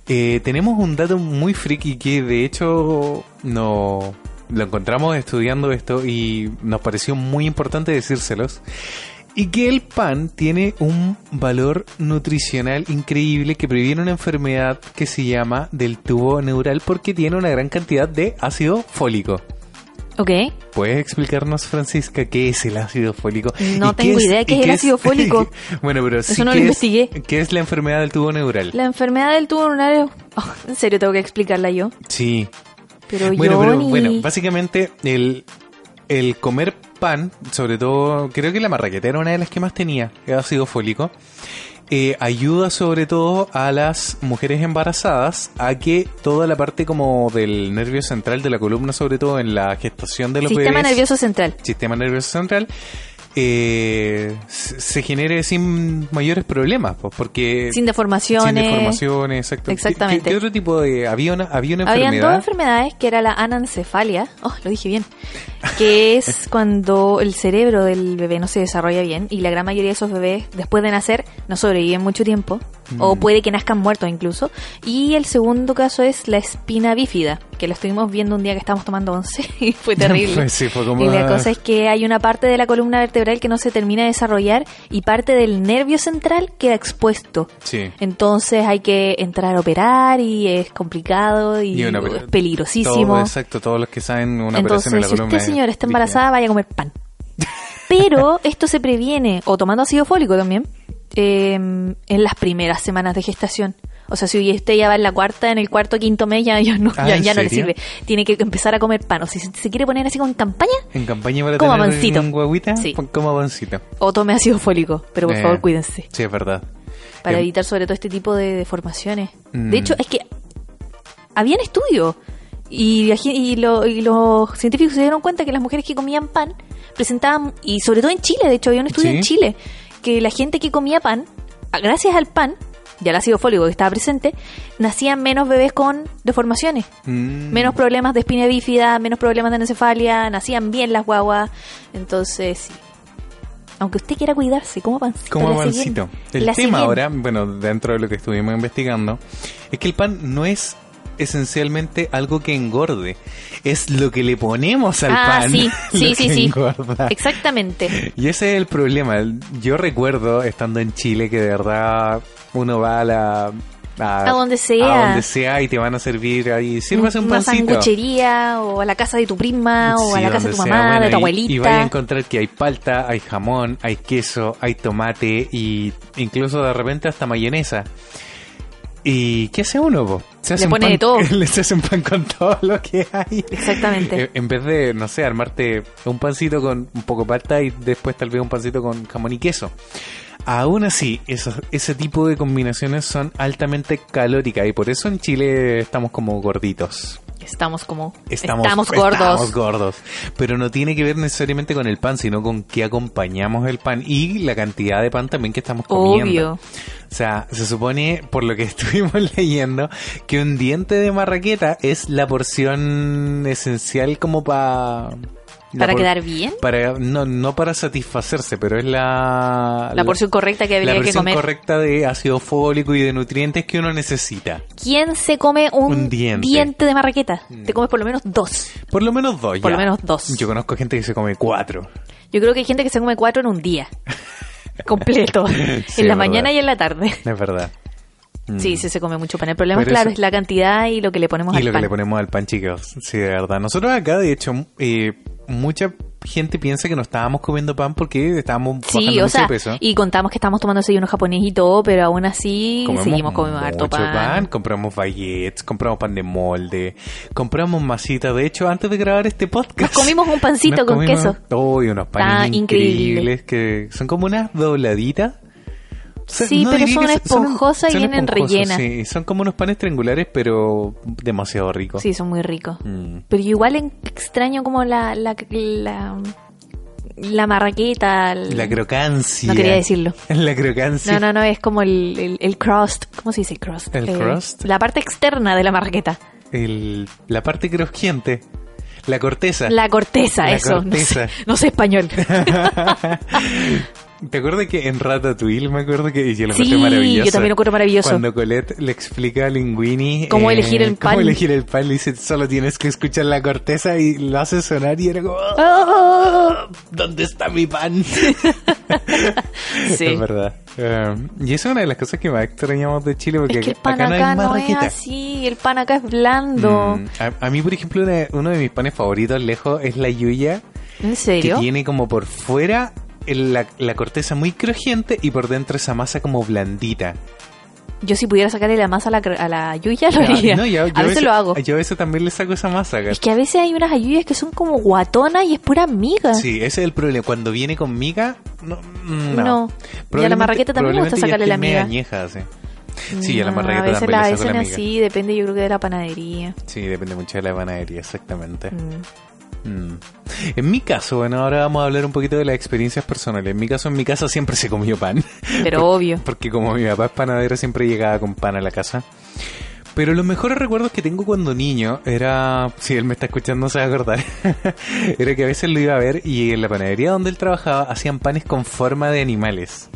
Eh, tenemos un dato muy friki que de hecho no lo encontramos estudiando esto y nos pareció muy importante decírselos. Y que el pan tiene un valor nutricional increíble que previene una enfermedad que se llama del tubo neural porque tiene una gran cantidad de ácido fólico.
¿Ok?
¿Puedes explicarnos, Francisca, qué es el ácido fólico?
No
¿Y
tengo idea qué
y
es el ácido fólico.
bueno, pero
Eso
sí,
no lo
¿qué es-
investigué.
¿Qué es la enfermedad del tubo neural?
La enfermedad del tubo lunar es- Oh, en serio, tengo que explicarla yo.
Sí.
Pero
Bueno, pero
Johnny-
bueno, básicamente el, el comer pan, sobre todo, creo que la marraqueta era una de las que más tenía, el ácido fólico, eh, ayuda sobre todo a las mujeres embarazadas a que toda la parte como del nervio central de la columna, sobre todo en la gestación de los
Sistema
bebés,
nervioso central.
sistema nervioso central, eh, se se genere sin mayores problemas, pues, porque...
Sin deformaciones.
sin deformaciones, exacto. ¿Qué-
Exactamente.
¿Qué, qué otro tipo de...? Había una, había una
Habían dos
enfermedad...
enfermedades que era la anencefalia, oh, lo dije bien, que es cuando el cerebro del bebé no se desarrolla bien y la gran mayoría de esos bebés después de nacer no sobreviven mucho tiempo.
Mm.
o puede que nazcan muertos incluso. Y el segundo caso es la espina bífida, que lo estuvimos viendo un día que estábamos tomando once y fue terrible.
Pues Sí, fue como-
Y la cosa es que hay una parte de la columna vertebral que no se termina de desarrollar y parte del nervio central queda expuesto.
Sí.
Entonces hay que entrar a operar y es complicado y,
Y una
es
opera-
peligrosísimo.
Todo, exacto, todos los que saben una
Entonces,
operación en la
si
columna.
usted
es
señora
brígida.
está embarazada, vaya a comer pan. Pero esto se previene, o tomando ácido fólico también, eh, en las primeras semanas de gestación. O sea, si usted ya va en la cuarta, en el cuarto, quinto mes, ya, ya no,
Ah,
ya,
¿en
ya no le
serio?
sirve. Tiene que empezar a comer pan. O si se, se quiere poner así con campaña,
En campaña para
Coma
tener
pancito.
un guaguita, pues,
Sí.
pon- coma pancito.
o tome ácido fólico. Pero por
Eh,
favor, cuídense.
Sí, es verdad.
Para
Em,
evitar sobre todo este tipo de deformaciones.
Mm.
De hecho, es que habían estudios y, la gen- y, lo- y los científicos se dieron cuenta que las mujeres que comían pan presentaban, y sobre todo en Chile, de hecho había un estudio
Sí.
en Chile, que la gente que comía pan, a- gracias al pan, y al ácido fólico que estaba presente, nacían menos bebés con deformaciones,
mm,
menos problemas de espina bífida, menos problemas de encefalia, nacían bien las guaguas, entonces sí. Aunque usted quiera cuidarse, como pancito.
Coma
la hace bien.
pancito. El
La hace
tema
bien.
ahora, bueno, dentro de lo que estuvimos investigando, es que el pan no es esencialmente algo que engorde, es lo que le ponemos al
Ah,
pan.
sí, sí,
lo
sí,
que
sí. Eh,
engorda.
Exactamente.
Y ese es el problema. Yo recuerdo estando en Chile que de verdad uno va a la. A,
A donde sea.
Ah, A donde sea y te van a servir ahí. Sírvase un
una
pancito.
sanguchería o a la casa de tu prima o a
Sí,
la casa
donde
de tu
sea.
mamá,
Bueno,
de
y- Y, vaya
tu
a
abuelita.
encontrar que hay palta, hay jamón, hay queso, hay tomate y incluso de repente hasta mayonesa. ¿Y qué hace uno, po? Se
Le
un
pone
pan-
de todo.
Le se hace un pan con todo lo que hay.
Exactamente.
Eh, En vez de, no sé, armarte un pancito con un poco de palta y después tal vez un pancito con jamón y queso. Aún así, esos- ese tipo de combinaciones son altamente calóricas y por eso en Chile estamos como gorditos.
Estamos como
Estamos,
estamos, gordos.
estamos gordos. Pero no tiene que ver necesariamente con el pan, sino con qué acompañamos el pan y la cantidad de pan también que estamos comiendo.
Obvio.
O sea, se supone, por lo que estuvimos leyendo, que un diente de marraqueta es la porción esencial como pa- la
Para
por-
quedar bien,
Para, no, no para satisfacerse, pero es la...
la porción correcta que
la
debería que
porción
comer.
correcta de ácido fólico y de nutrientes que uno necesita.
¿Quién se come un,
Un diente.
diente. de marraqueta?
Mm.
Te comes por lo menos dos.
Por lo menos dos.
Por
ya.
lo menos dos.
Yo conozco gente que se come cuatro.
Yo creo que hay gente que se come cuatro en un día. Completo.
es
en
verdad.
la mañana y en la tarde.
Es verdad. Mm.
Sí, sí se come mucho pan. El problema,
Pero
claro,
eso-
es la cantidad y lo que le ponemos
Y
al
lo que
pan.
le ponemos al pan, chicos. Sí, de verdad. Nosotros acá, de hecho, eh, mucha gente piensa que no estábamos comiendo pan porque estábamos
Sí,
bajando
o
mucho
sea,
de peso.
y contamos que estamos tomando desayuno japonés y todo, pero aún así seguimos comiendo harto
mucho
pan.
Compramos baguettes, compramos pan de molde, compramos masita. De hecho, antes de grabar este
Nos
podcast...
comimos un pancito
nos
con
comimos-
queso.
Uy, unos panes
Está
increíbles
increíble.
que son como unas dobladitas. O sea,
Sí, pero
diría
son
que
esponjosas y
son
vienen
esponjosas,
rellenas.
Sí, son como unos panes triangulares, pero demasiado ricos.
Sí, son muy ricos.
Mm.
Pero yo igual en- extraño como la la, la, la marraqueta. el-
La crocancia.
No quería decirlo.
La crocancia.
No, no, no, es como el, el, el crust. ¿Cómo se dice el crust? Eh,
¿El crust?
La parte externa de la marraqueta.
El- la parte crosquiente. La corteza.
La corteza,
La
eso.
corteza.
No, sé, no sé español.
¿Te acuerdas que en Ratatouille me acuerdo que y yo lo
Sí,
encontré maravilloso?
yo también lo encuentro maravilloso.
Cuando Colette le explica a Linguini eh,
Cómo elegir el pan.
Cómo elegir el pan, le dice, solo tienes que escuchar la corteza y lo hace sonar y era como, "Ah,
Ah,
¿dónde está mi pan?
sí.
Es verdad. Um, y esa es una de las cosas que más extrañamos de Chile porque
Es que el
acá-
pan
acá no
acá,
hay
no, es
marraqueta.
así, el pan acá es blando.
Mm, a, a mí, por ejemplo, una- uno de mis panes favoritos lejos es la yuya,
¿En
que
serio?
tiene como por fuera el- la, la corteza muy crujiente y por dentro esa masa como blandita.
Yo si pudiera sacarle la masa a la, cre- a la yuya lo haría.
No, yo- yo
a veces lo hago.
Yo a veces también le saco esa masa.
Es que a veces hay unas ayuyas que son como guatonas y es pura miga.
Sí, ese es el problema. Cuando viene con miga, no. mm, No.
No. Y a la
Probablemente-
marraqueta también me
probablemente
gusta
ya
sacarle la
esté media
miga.
añeja, sí. Sí, a la
No,
marraqueta
A veces
también
la
le saco la
hacen
miga.
así, depende yo creo que de la panadería.
Sí, depende mucho de la panadería, exactamente.
Mm.
Mm. En mi caso, bueno, ahora vamos a hablar un poquito de las experiencias personales. En mi caso, en mi casa siempre se comió pan.
Pero obvio.
Porque como mi papá es panadero, siempre llegaba con pan a la casa. Pero los mejores recuerdos que tengo cuando niño era, si él me está escuchando se va a acordar, era que a veces lo iba a ver y en la panadería donde él trabajaba hacían panes con forma de animales.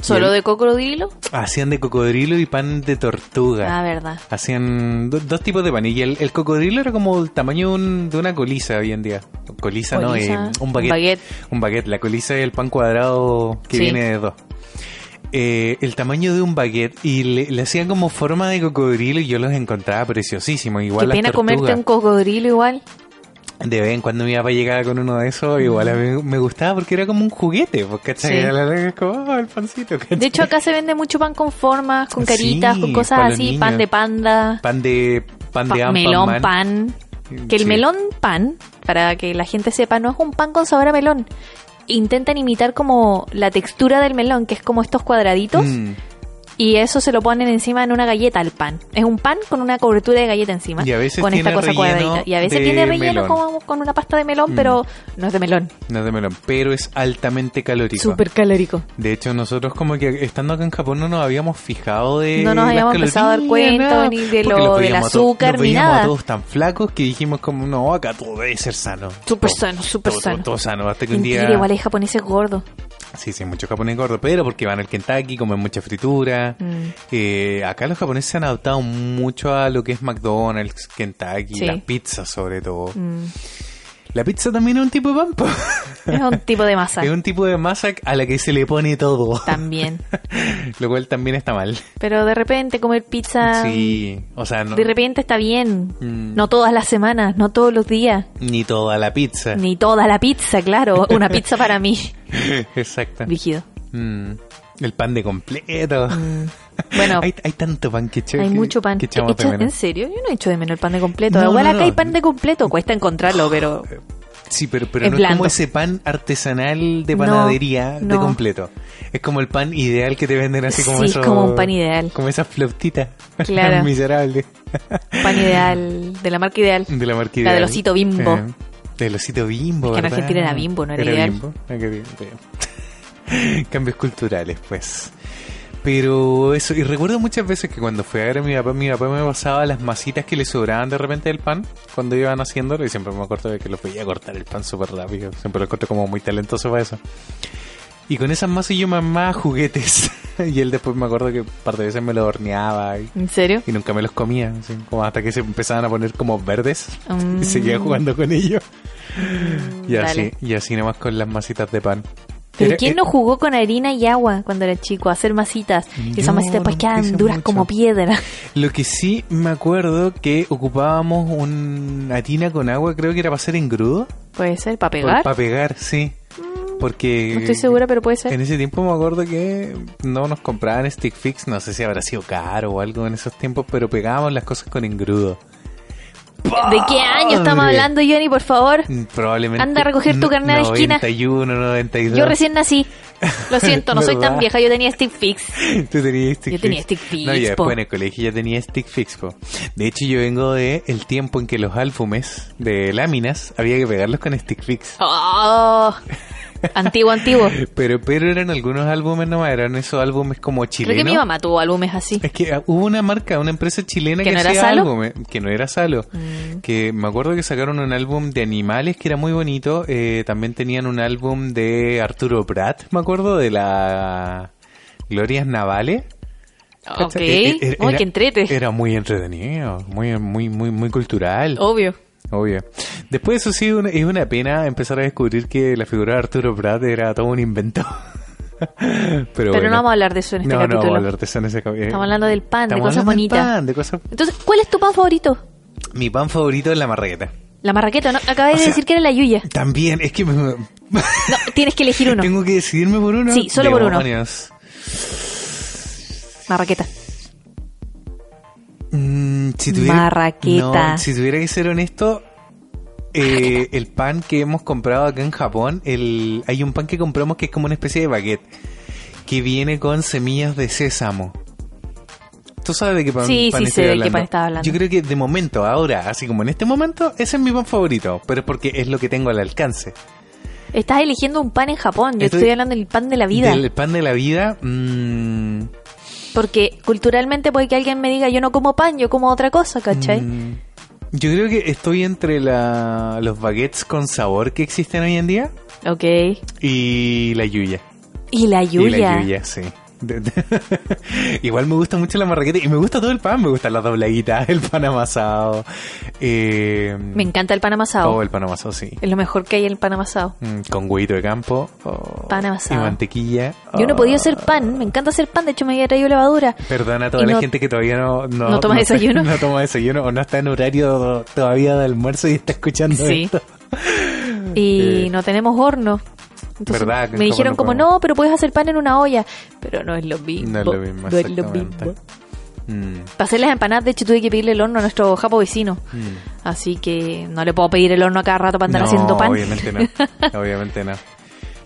Y
¿Solo
él-
de cocodrilo?
Hacían de cocodrilo y pan de tortuga.
Ah, verdad.
Hacían do- dos tipos de pan. Y el, el cocodrilo era como el tamaño de, un- de una coliza hoy en día. Coliza, no, eh,
Coliza,
un baguette. Un baguette. La coliza es el pan cuadrado que
Sí.
viene de dos. Eh, el tamaño de un baguette y le, le hacían como forma de cocodrilo y yo los encontraba preciosísimos.
Qué
Igual las
pena comerte
tortugas.
un cocodrilo igual.
De vez en cuando mi papá llegaba con uno de esos, igual a mí me gustaba porque era como un juguete. Pues, ¿cachai?
Mm. Sí.
A la larga es como, "Oh, el pancito. ¿cachai?
De hecho, acá se vende mucho pan con formas, con
Sí,
caritas, con cosas
para los
así,
niños.
pan de panda,
pan de... Pan de
pa-
Ampa
melón
Man.
pan. Que el
Sí.
melón pan, para que la gente sepa, no es un pan con sabor a melón. Intentan imitar como la textura del melón, que es como estos cuadraditos,
Mm.
y eso se lo ponen encima en una galleta al pan. Es un pan con una cobertura de galleta encima.
Y a veces
con esta
tiene
cosa
relleno
cuadradita. Y a veces
de
tiene relleno
melón.
como con una pasta de melón,
Mm.
pero no es de melón.
No es de melón, pero es altamente calórico.
Súper calórico.
De hecho, nosotros como que estando acá en Japón no nos habíamos fijado de...
No nos
las
habíamos empezado a dar
calorías,
cuenta
nada,
ni de
porque
lo
los
del
veíamos a todos-
azúcar,
los
ni
veíamos
nada.
a todos tan flacos que dijimos como, no, acá todo debe ser sano.
Súper
Todo,
sano, súper
todo,
sano.
Todo, todo sano, hasta que un
Mentira,
día...
igual hay japoneses gordos.
Sí, sí, muchos japoneses gordos, pero porque van al Kentucky, comen mucha fritura.
Mm.
Eh, acá los japoneses se han adaptado mucho a lo que es McDonald's, Kentucky,
Sí.
las pizzas sobre todo.
Mm.
La pizza también es un tipo de pan, po.
Es un tipo de masa.
es un tipo de masa a la que se le pone todo,
También.
lo cual también está mal.
Pero de repente comer pizza.
Sí, o sea, no,
De repente está bien.
Mm.
No todas las semanas, no todos los días.
ni toda la pizza.
Ni toda la pizza, claro. Una pizza para mí.
Exacto.
Rígido.
Mm, El pan de completo.
Bueno,
hay, hay tanto pan que che-
hay
que-
mucho pan.
que echamos de
Echa- ¿En
menos.
serio? Yo no he hecho de menos el pan de completo.
este No,
Igual
no,
acá
no. Ah,
hay pan de completo. Cuesta encontrarlo, pero
Sí, pero, pero
Es
no es
blando.
como ese pan artesanal de
No,
panadería de
no.
completo. Es como el pan ideal que te venden así como
Sí, es
esos-
como un pan ideal.
Como esas flautitas.
Claro.
miserables.
pan ideal. De la marca ideal.
De la marca
La del
ideal.
osito Bimbo.
Eh, del osito bimbo.
Es que en
¿verdad?
Argentina era Bimbo, no era ideal.
Bimbo. Ah, qué bien, qué bien. Cambios culturales, pues. Pero eso, y recuerdo muchas veces que cuando fui a ver a mi papá, mi papá me pasaba las masitas que le sobraban de repente del pan cuando iban haciéndolo. Y siempre me acuerdo de que lo podía cortar el pan súper rápido. Siempre lo corto como muy talentoso para eso. Y con esas masas yo mamaba juguetes. y él después me acuerdo que un par de veces me lo horneaba y,
¿En serio?
y nunca me los comía. así, como hasta que se empezaban a poner como verdes.
Mm.
Y seguía jugando con ellos. Y así,
Dale.
y así nomás con las masitas de pan.
¿Pero
Era-
quién
eh,
no jugó con harina y agua cuando era chico? a Hacer masitas. Y
Yo
esas masitas pues
no
quedan
hice
duras
mucho.
como piedra.
Lo que sí me acuerdo que ocupábamos una tina con agua, creo que era para hacer engrudo.
Puede ser, para pegar.
Para pegar, sí. Porque...
No estoy segura, pero puede ser.
En ese tiempo me acuerdo que no nos compraban stick fix, no sé si habrá sido caro o algo en esos tiempos, pero pegábamos las cosas con engrudo.
¿De qué año estamos
¡Padre!
hablando, Johnny, por favor?
Mm, Probablemente...
Anda a recoger tu carnet de esquina.
91, 92.
Yo recién nací. Lo siento, no soy tan
¿Verdad?
vieja, yo tenía stick fix.
Tú tenías stick
Yo
fix.
tenía stick fix,
No, yo
po.
después en el colegio ya tenía stick fix, po. De hecho, yo vengo de el tiempo en que los álbumes de láminas había que pegarlos con stick fix.
Oh, antiguo, antiguo.
Pero, pero eran algunos álbumes nomás, eran esos álbumes como
Creo
chilenos.
que mi mamá tuvo álbumes así.
Es que ah, hubo una marca, una empresa chilena
¿Que
que,
no era
hacía
Salo? Mm.
álbumes, que no era Salo. Que me acuerdo que sacaron un álbum de animales que era muy bonito. eh, también tenían un álbum de Arturo Prat, me acuerdo, de la Glorias Navales.
Ok.
¿Cachai? E- e-
Uy, que entrete.
Era muy entretenido, muy, muy, muy, muy cultural.
Obvio.
Obvio. Después eso sí, una- es una pena empezar a descubrir que la figura de Arturo Prat era todo un invento. Pero,
Pero
bueno.
no vamos a hablar de eso en este
No, no
capítulo.
vamos a hablar de eso en ese capítulo.
Estamos hablando del pan, de
Estamos
cosas
hablando del
bonitas.
pan, de cosas-
Entonces, ¿cuál es tu pan favorito?
Mi pan favorito es la marraqueta.
La marraqueta, ¿no? Acabas
O
de
sea-
decir que era la yuya.
También, es que me- me-
No, tienes que elegir uno.
tengo que decidirme por uno.
Sí, solo por uno.
Demonios.
Marraqueta.
Mm, si tuviera,
Marraqueta.
No, si tuviera que ser honesto, eh, el pan que hemos comprado acá en Japón, el, hay un pan que compramos que es como una especie de baguette, que viene con semillas de sésamo. ¿Tú sabes de qué pan,
Sí,
pan
sí
estoy
sé de qué
hablando?
pan estaba hablando.
Yo creo que de momento, ahora, así como en este momento, ese es mi pan favorito, pero es porque es lo que tengo al alcance.
Estás eligiendo un pan en Japón. Yo
Estoy-
estoy hablando del pan de la vida.
Del pan de la vida, mm,
Porque culturalmente puede que alguien me diga, yo no como pan, yo como otra cosa, ¿cachai?
Mm, yo creo que estoy entre la, los baguettes con sabor que existen hoy en día
Ok.
y la yuya.
Y la
Y la
Yuya.
yuya, sí. De- de- Igual me gusta mucho la marraqueta y me gusta todo el pan. Me gustan las dobladitas, el pan amasado. eh,
Me encanta el pan amasado.
Oh, el pan amasado, sí.
Es lo mejor que hay el pan amasado.
Mm, Con huevito de campo. oh,
Pan amasado.
Y mantequilla.
Yo no
oh.
podía hacer pan, me encanta hacer pan, de hecho me había traído levadura.
Perdona a toda
Y
la
no-
gente que todavía no... No,
¿No toma
sé-
desayuno?
No toma desayuno o no está en horario todavía de almuerzo y está escuchando
Sí.
esto.
Y
Eh.
no tenemos horno. Entonces
¿Verdad? Que en
me dijeron
Japón no
como,
podemos.
no, pero puedes hacer pan en una olla. Pero no es lo mismo.
No es lo mismo,
no es lo
exactamente.
mismo.
Mm,
Para hacer las empanadas, de hecho tuve que pedirle el horno a nuestro japo vecino.
mm.
Así que no le puedo pedir el horno a cada rato para andar
No,
haciendo pan.
Obviamente no, obviamente no.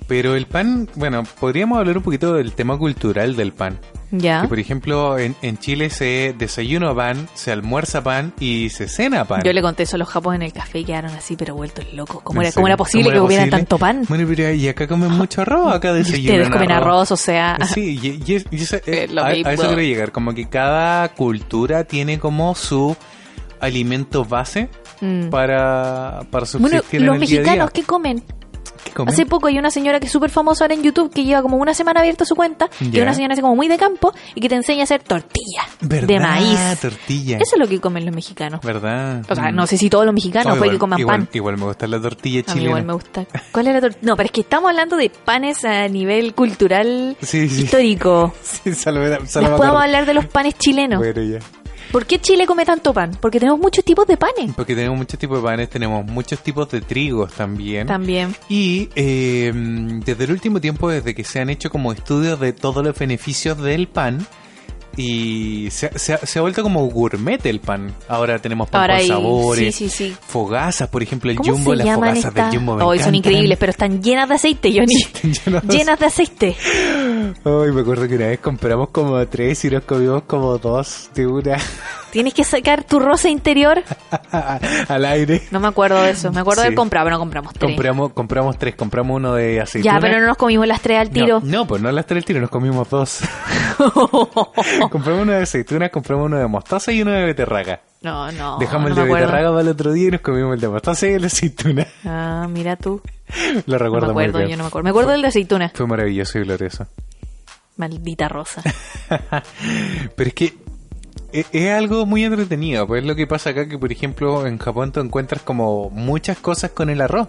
Pero el pan, bueno, podríamos hablar un poquito del tema cultural del pan.
Ya.
Que por ejemplo, en, en Chile se desayuna pan, se almuerza pan y se cena pan.
Yo le conté eso a los japos en el café y quedaron así, pero vueltos locos. ¿Cómo,
¿En
era, cómo
serio?
era posible
¿Cómo era
que hubiera
posible?
tanto pan?
Bueno, pero y acá comen mucho arroz, acá
Y
desayunan Eh,
ustedes comen arroz, o sea.
Sí, y, y es- y eso- eh,
Es lo
a, a
mismo.
eso quiero llegar, como que cada cultura tiene como su alimento base
mm.
para, para
Bueno,
subsistir en el día
los
a día.
mexicanos, ¿qué comen?
¿Qué comen?
Hace poco hay una señora que es súper famosa ahora en YouTube que lleva como una semana abierta su cuenta, que
Ya.
es una señora así como muy de campo y que te enseña a hacer tortillas
¿Verdad?
de maíz.
tortilla.
Eso es lo que comen los mexicanos.
¿Verdad?
O sea,
Mm.
no sé si todos los
Oh,
mexicanos, puede que coman
igual,
pan.
Igual me gusta la tortilla
A mí igual
chilena.
me gusta. ¿Cuál era la tortilla? No, pero es que estamos hablando de panes a nivel cultural
Sí, sí.
histórico.
Sí, solo me- solo me
Nos podemos
acordé.
hablar de los panes chilenos.
Bueno, ya.
¿Por qué Chile come tanto pan? Porque tenemos muchos tipos de panes.
Porque tenemos muchos tipos de panes, tenemos muchos tipos de trigos también.
También.
Y eh, desde el último tiempo, desde que se han hecho como estudios de todos los beneficios del pan, y se, se ha- se ha vuelto como gourmet el pan. Ahora tenemos pan
Ahora
con
hay. Sí,
sabores,
sí, sí.
fogazas, por ejemplo, el
¿Cómo
jumbo,
se
las
llaman
fogazas
estas?
del jumbo. me
Hoy son
encantan.
increíbles, pero están llenas de aceite, Johnny.
Yo no sé.
llenas de aceite.
Ay, me acuerdo que una vez compramos como tres y nos comimos como dos de una
Tienes que sacar tu rosa interior.
al aire.
No me acuerdo de eso. Me acuerdo
Sí.
de comprar, pero no compramos tres.
Compramos, compramos tres, compramos uno de aceituna.
ya, pero no nos comimos las tres al tiro.
No, no, pues no las tres al tiro, nos comimos dos. compramos uno de aceituna, compramos uno de mostaza y uno de beterraga.
No, no.
Dejamos
Ah, no
el de
me acuerdo.
beterraga para el otro día y nos comimos el de mostaza y el de aceituna.
Ah, mira tú.
Lo
No me
recuerdo muy
acuerdo,
bien.
yo no me acuerdo. Me acuerdo del de aceituna.
Fue maravilloso y glorioso.
Maldita rosa.
Pero es que e- es algo muy entretenido, pues es lo que pasa acá que por ejemplo en Japón tú encuentras como muchas cosas con el arroz.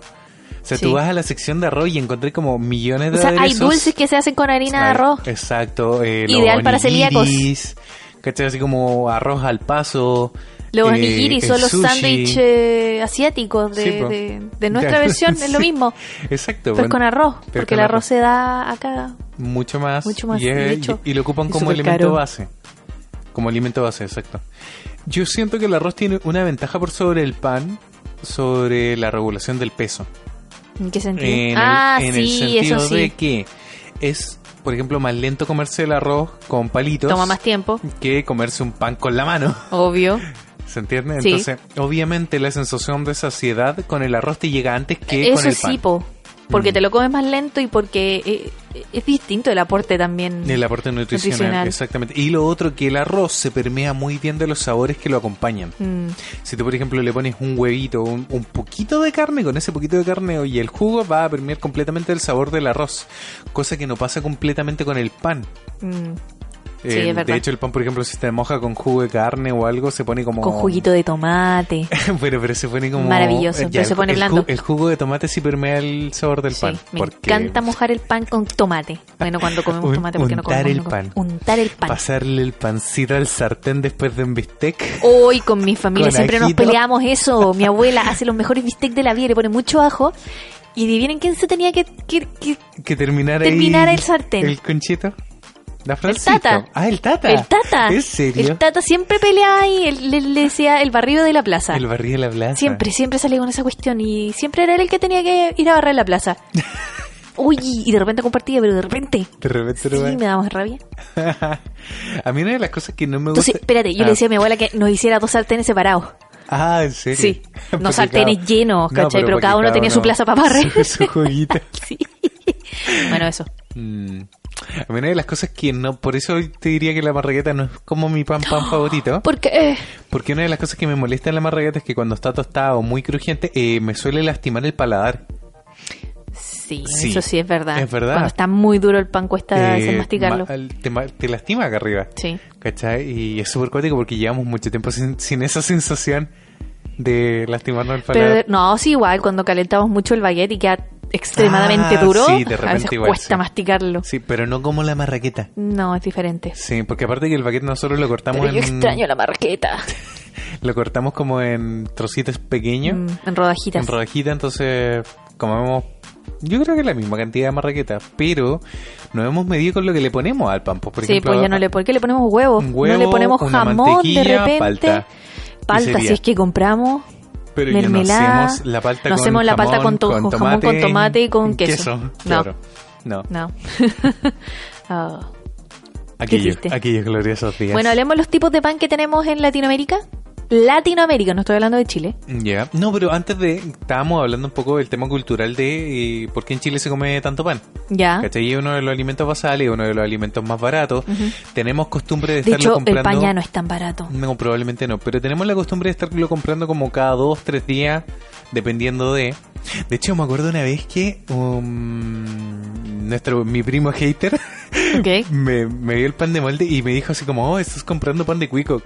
O sea,
Sí.
tú vas a la sección de arroz y encuentras como millones de
O sea, hay
aderezos.
dulces que se hacen con harina de
Ay,
arroz.
Exacto. eh, los
Ideal para celíacos.
onigiris, ¿Cachai? Así como arroz al paso.
Los
eh,
onigiri
el
son los
sushi.
sándwiches eh, asiáticos de,
Sí, po.
de- de nuestra
Ya.
versión, es lo
Sí.
mismo,
Exacto.
pero es
bueno,
con arroz,
pero
porque
con
el
arroz.
arroz se da acá.
Mucho más.
Mucho más,
Y, es-
de hecho,
y- y lo ocupan
es
como
súper
elemento
caro.
base. Como alimento base, exacto. Yo siento que el arroz tiene una ventaja por sobre el pan, sobre la regulación del peso.
¿En qué sentido?
En el,
ah,
en el
sí,
sentido
eso
de
sí.
que es, por ejemplo, más lento comerse el arroz con palitos
Toma más tiempo,
que comerse un pan con la mano.
obvio.
¿Se entiende?
Sí.
Entonces, obviamente la sensación de saciedad con el arroz te llega antes que con
Eso
el
sí,
pan.
po, porque
Mm.
te lo comes más lento y porque eh, eh, es distinto el aporte también.
El aporte nutricional,
Nutricional.
exactamente. Y lo otro, que el arroz se permea muy bien de los sabores que lo acompañan.
Mm,
Si tú, por ejemplo, le pones un huevito, un, un poquito de carne, con ese poquito de carne y el jugo va a permear completamente el sabor del arroz, cosa que no pasa completamente con el pan.
mm. Sí,
Eh,
es verdad.
de hecho, el pan, por ejemplo, si te moja con jugo de carne o algo, se pone como...
Con juguito de tomate.
bueno, pero se pone como... eh,
Maravilloso,
Ya,
pero
el-
se pone
el ju-
blando.
El, jugo de tomate sí permea el sabor del
Sí,
pan.
me
porque-
encanta mojar el pan con tomate. Bueno, cuando comemos
Un-
tomate, porque no
untar
comemos
el
no comemos?
pan.
Untar el pan.
Pasarle el pancito al sartén después de un bistec.
Hoy con mi familia
Con
siempre nos
ajito.
peleamos eso. Mi abuela hace los mejores bistec de la vida, le pone mucho ajo. Y adivinen quién se tenía que... que- que-
Que terminara
Terminara
ahí
el sartén.
El conchito. La
el
Francisco.
tata.
Ah, el tata.
El tata.
¿En serio?
El tata siempre peleaba ahí. él- Le, le decía el barrio de la plaza.
El barrio de la plaza.
Siempre, siempre salía con esa cuestión. Y siempre era él el que tenía que ir a barrer la plaza. Uy, y de repente compartía, pero de repente...
De repente,
Sí,
de repente.
me daba más rabia.
A mí una de las cosas que no me gusta.
Entonces, espérate, yo
Ah.
le decía a mi abuela que nos hiciera dos sartenes separados.
Ah, ¿en serio?
Sí,
Porque
no sartenes
cada-
llenos,
No,
¿cachai? pero
porque
cada uno tenía su plaza para barrer.
Su, su juguito.
Sí. Bueno, eso.
Mm. A mí una de las cosas que no, por eso te diría que la marragueta no es como mi pan pan favorito.
Porque eh,
Porque una de las cosas que me molesta en la marragueta es que cuando está tostada o muy crujiente, eh, me suele lastimar el paladar.
sí,
Sí,
eso sí es verdad.
es verdad.
Cuando está muy duro el pan cuesta
Eh,
hacer masticarlo.
ma- al- te, ma- te lastima acá arriba.
Sí.
¿Cachai? Y es súper cuático porque llevamos mucho tiempo sin, sin esa sensación de lastimarnos el
Pero
paladar.
no, sí igual cuando calentamos mucho el baguette y queda extremadamente
Ah,
duro,
sí, de
a veces
repente igual,
cuesta
sí.
masticarlo.
sí, pero no como la marraqueta.
No, es diferente.
Sí, porque aparte que el baguette nosotros lo cortamos
Pero yo
en-
extraño la marqueta.
lo cortamos como en trocitos pequeños,
Mm, en rodajitas.
en rodajita, entonces comemos yo creo que la misma cantidad de marraqueta, pero no hemos medido con lo que le ponemos al pan. Pues, por
sí,
ejemplo,
pues ya no le, ¿por qué le ponemos huevo?
un huevo,
no le ponemos
una
jamón de
mantequilla,
repente.
palta. Y
Palta,
sería.
si es que compramos.
Pero ya no
mermelada.
hacemos la palta
No
con
hacemos la
jamón,
palta con to- con jamón, con tomate y con queso. No.
Claro. No,
No. Ah.
aquellos,
triste.
aquellos gloriosos días.
Bueno, hablemos de los tipos de pan que tenemos en Latinoamérica. Latinoamérica, no estoy hablando de Chile.
Ya. No, pero antes de. Estábamos hablando un poco del tema cultural de eh, por qué en Chile se come tanto pan.
Ya.
¿Cachai? Es uno de los alimentos basales, uno de los alimentos más baratos. Tenemos costumbre de,
De
estarlo
hecho, el
comprando.
pan ya no es tan barato.
No, probablemente no. Pero tenemos la costumbre de estarlo comprando como cada dos, tres días, dependiendo de. De hecho, me acuerdo una vez que um, nuestro, mi primo hater
Ok.
me, me dio el pan de molde y me dijo así como, oh, estás comprando pan de cuico.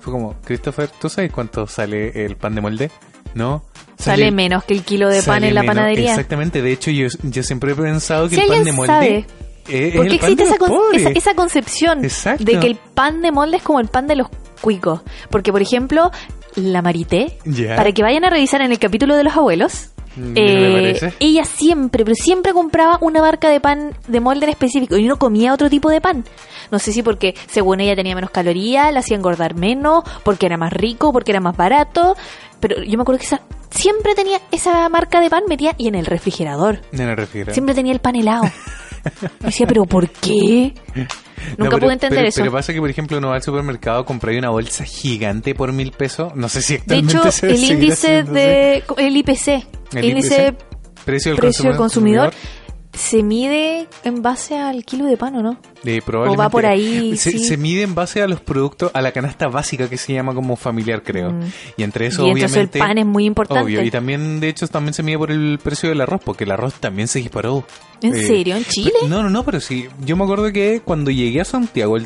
Fue como, Christopher, ¿tú sabes cuánto sale el pan de molde? No.
Sale menos que el kilo de pan
sale
en la
menos.
panadería.
Exactamente. De hecho, yo, yo siempre he pensado que
Si
el pan de
alguien
molde...
sabe
es- es
Porque
el pan
existe
de
esa,
los
con-
pobres.
esa, esa concepción
Exacto.
de que el pan de molde es como el pan de los cuicos. Porque, por ejemplo, la Marité,
Ya.
para que vayan a revisar en el capítulo de los abuelos,
Mm,
eh,
me parece.
ella siempre, pero siempre compraba una marca de pan de molde en específico y no comía otro tipo de pan. No sé si porque según ella tenía menos calorías, la hacía engordar menos, porque era más rico, porque era más barato. Pero yo me acuerdo que esa, siempre tenía esa marca de pan metida y en el refrigerador.
No, no refiero.
Siempre tenía el pan helado. Me decía, pero ¿por qué?
No,
Nunca
pero-
pude entender
pero-
eso.
Pero pasa que, por ejemplo, uno va al supermercado, compra una bolsa gigante por mil pesos. No sé si
de
actualmente
hecho,
se
el
seguirá
índice
haciendo así.
de... El IPC. El,
El
índice
precio del
precio del
consumidor.
consumidor se mide en base al kilo de pan, ¿o no?
Eh, probablemente.
O va por ahí,
Se,
sí.
se mide en base a los productos, a la canasta básica que se llama como familiar, creo.
Mm.
Y entre eso,
y entonces
obviamente.
el pan es muy importante.
Obvio, y también, de hecho, también se mide por el precio del arroz, porque el arroz también se disparó.
¿En
Eh,
serio? ¿En Chile?
pe- No, no, no, pero sí. Yo me acuerdo que cuando llegué a Santiago el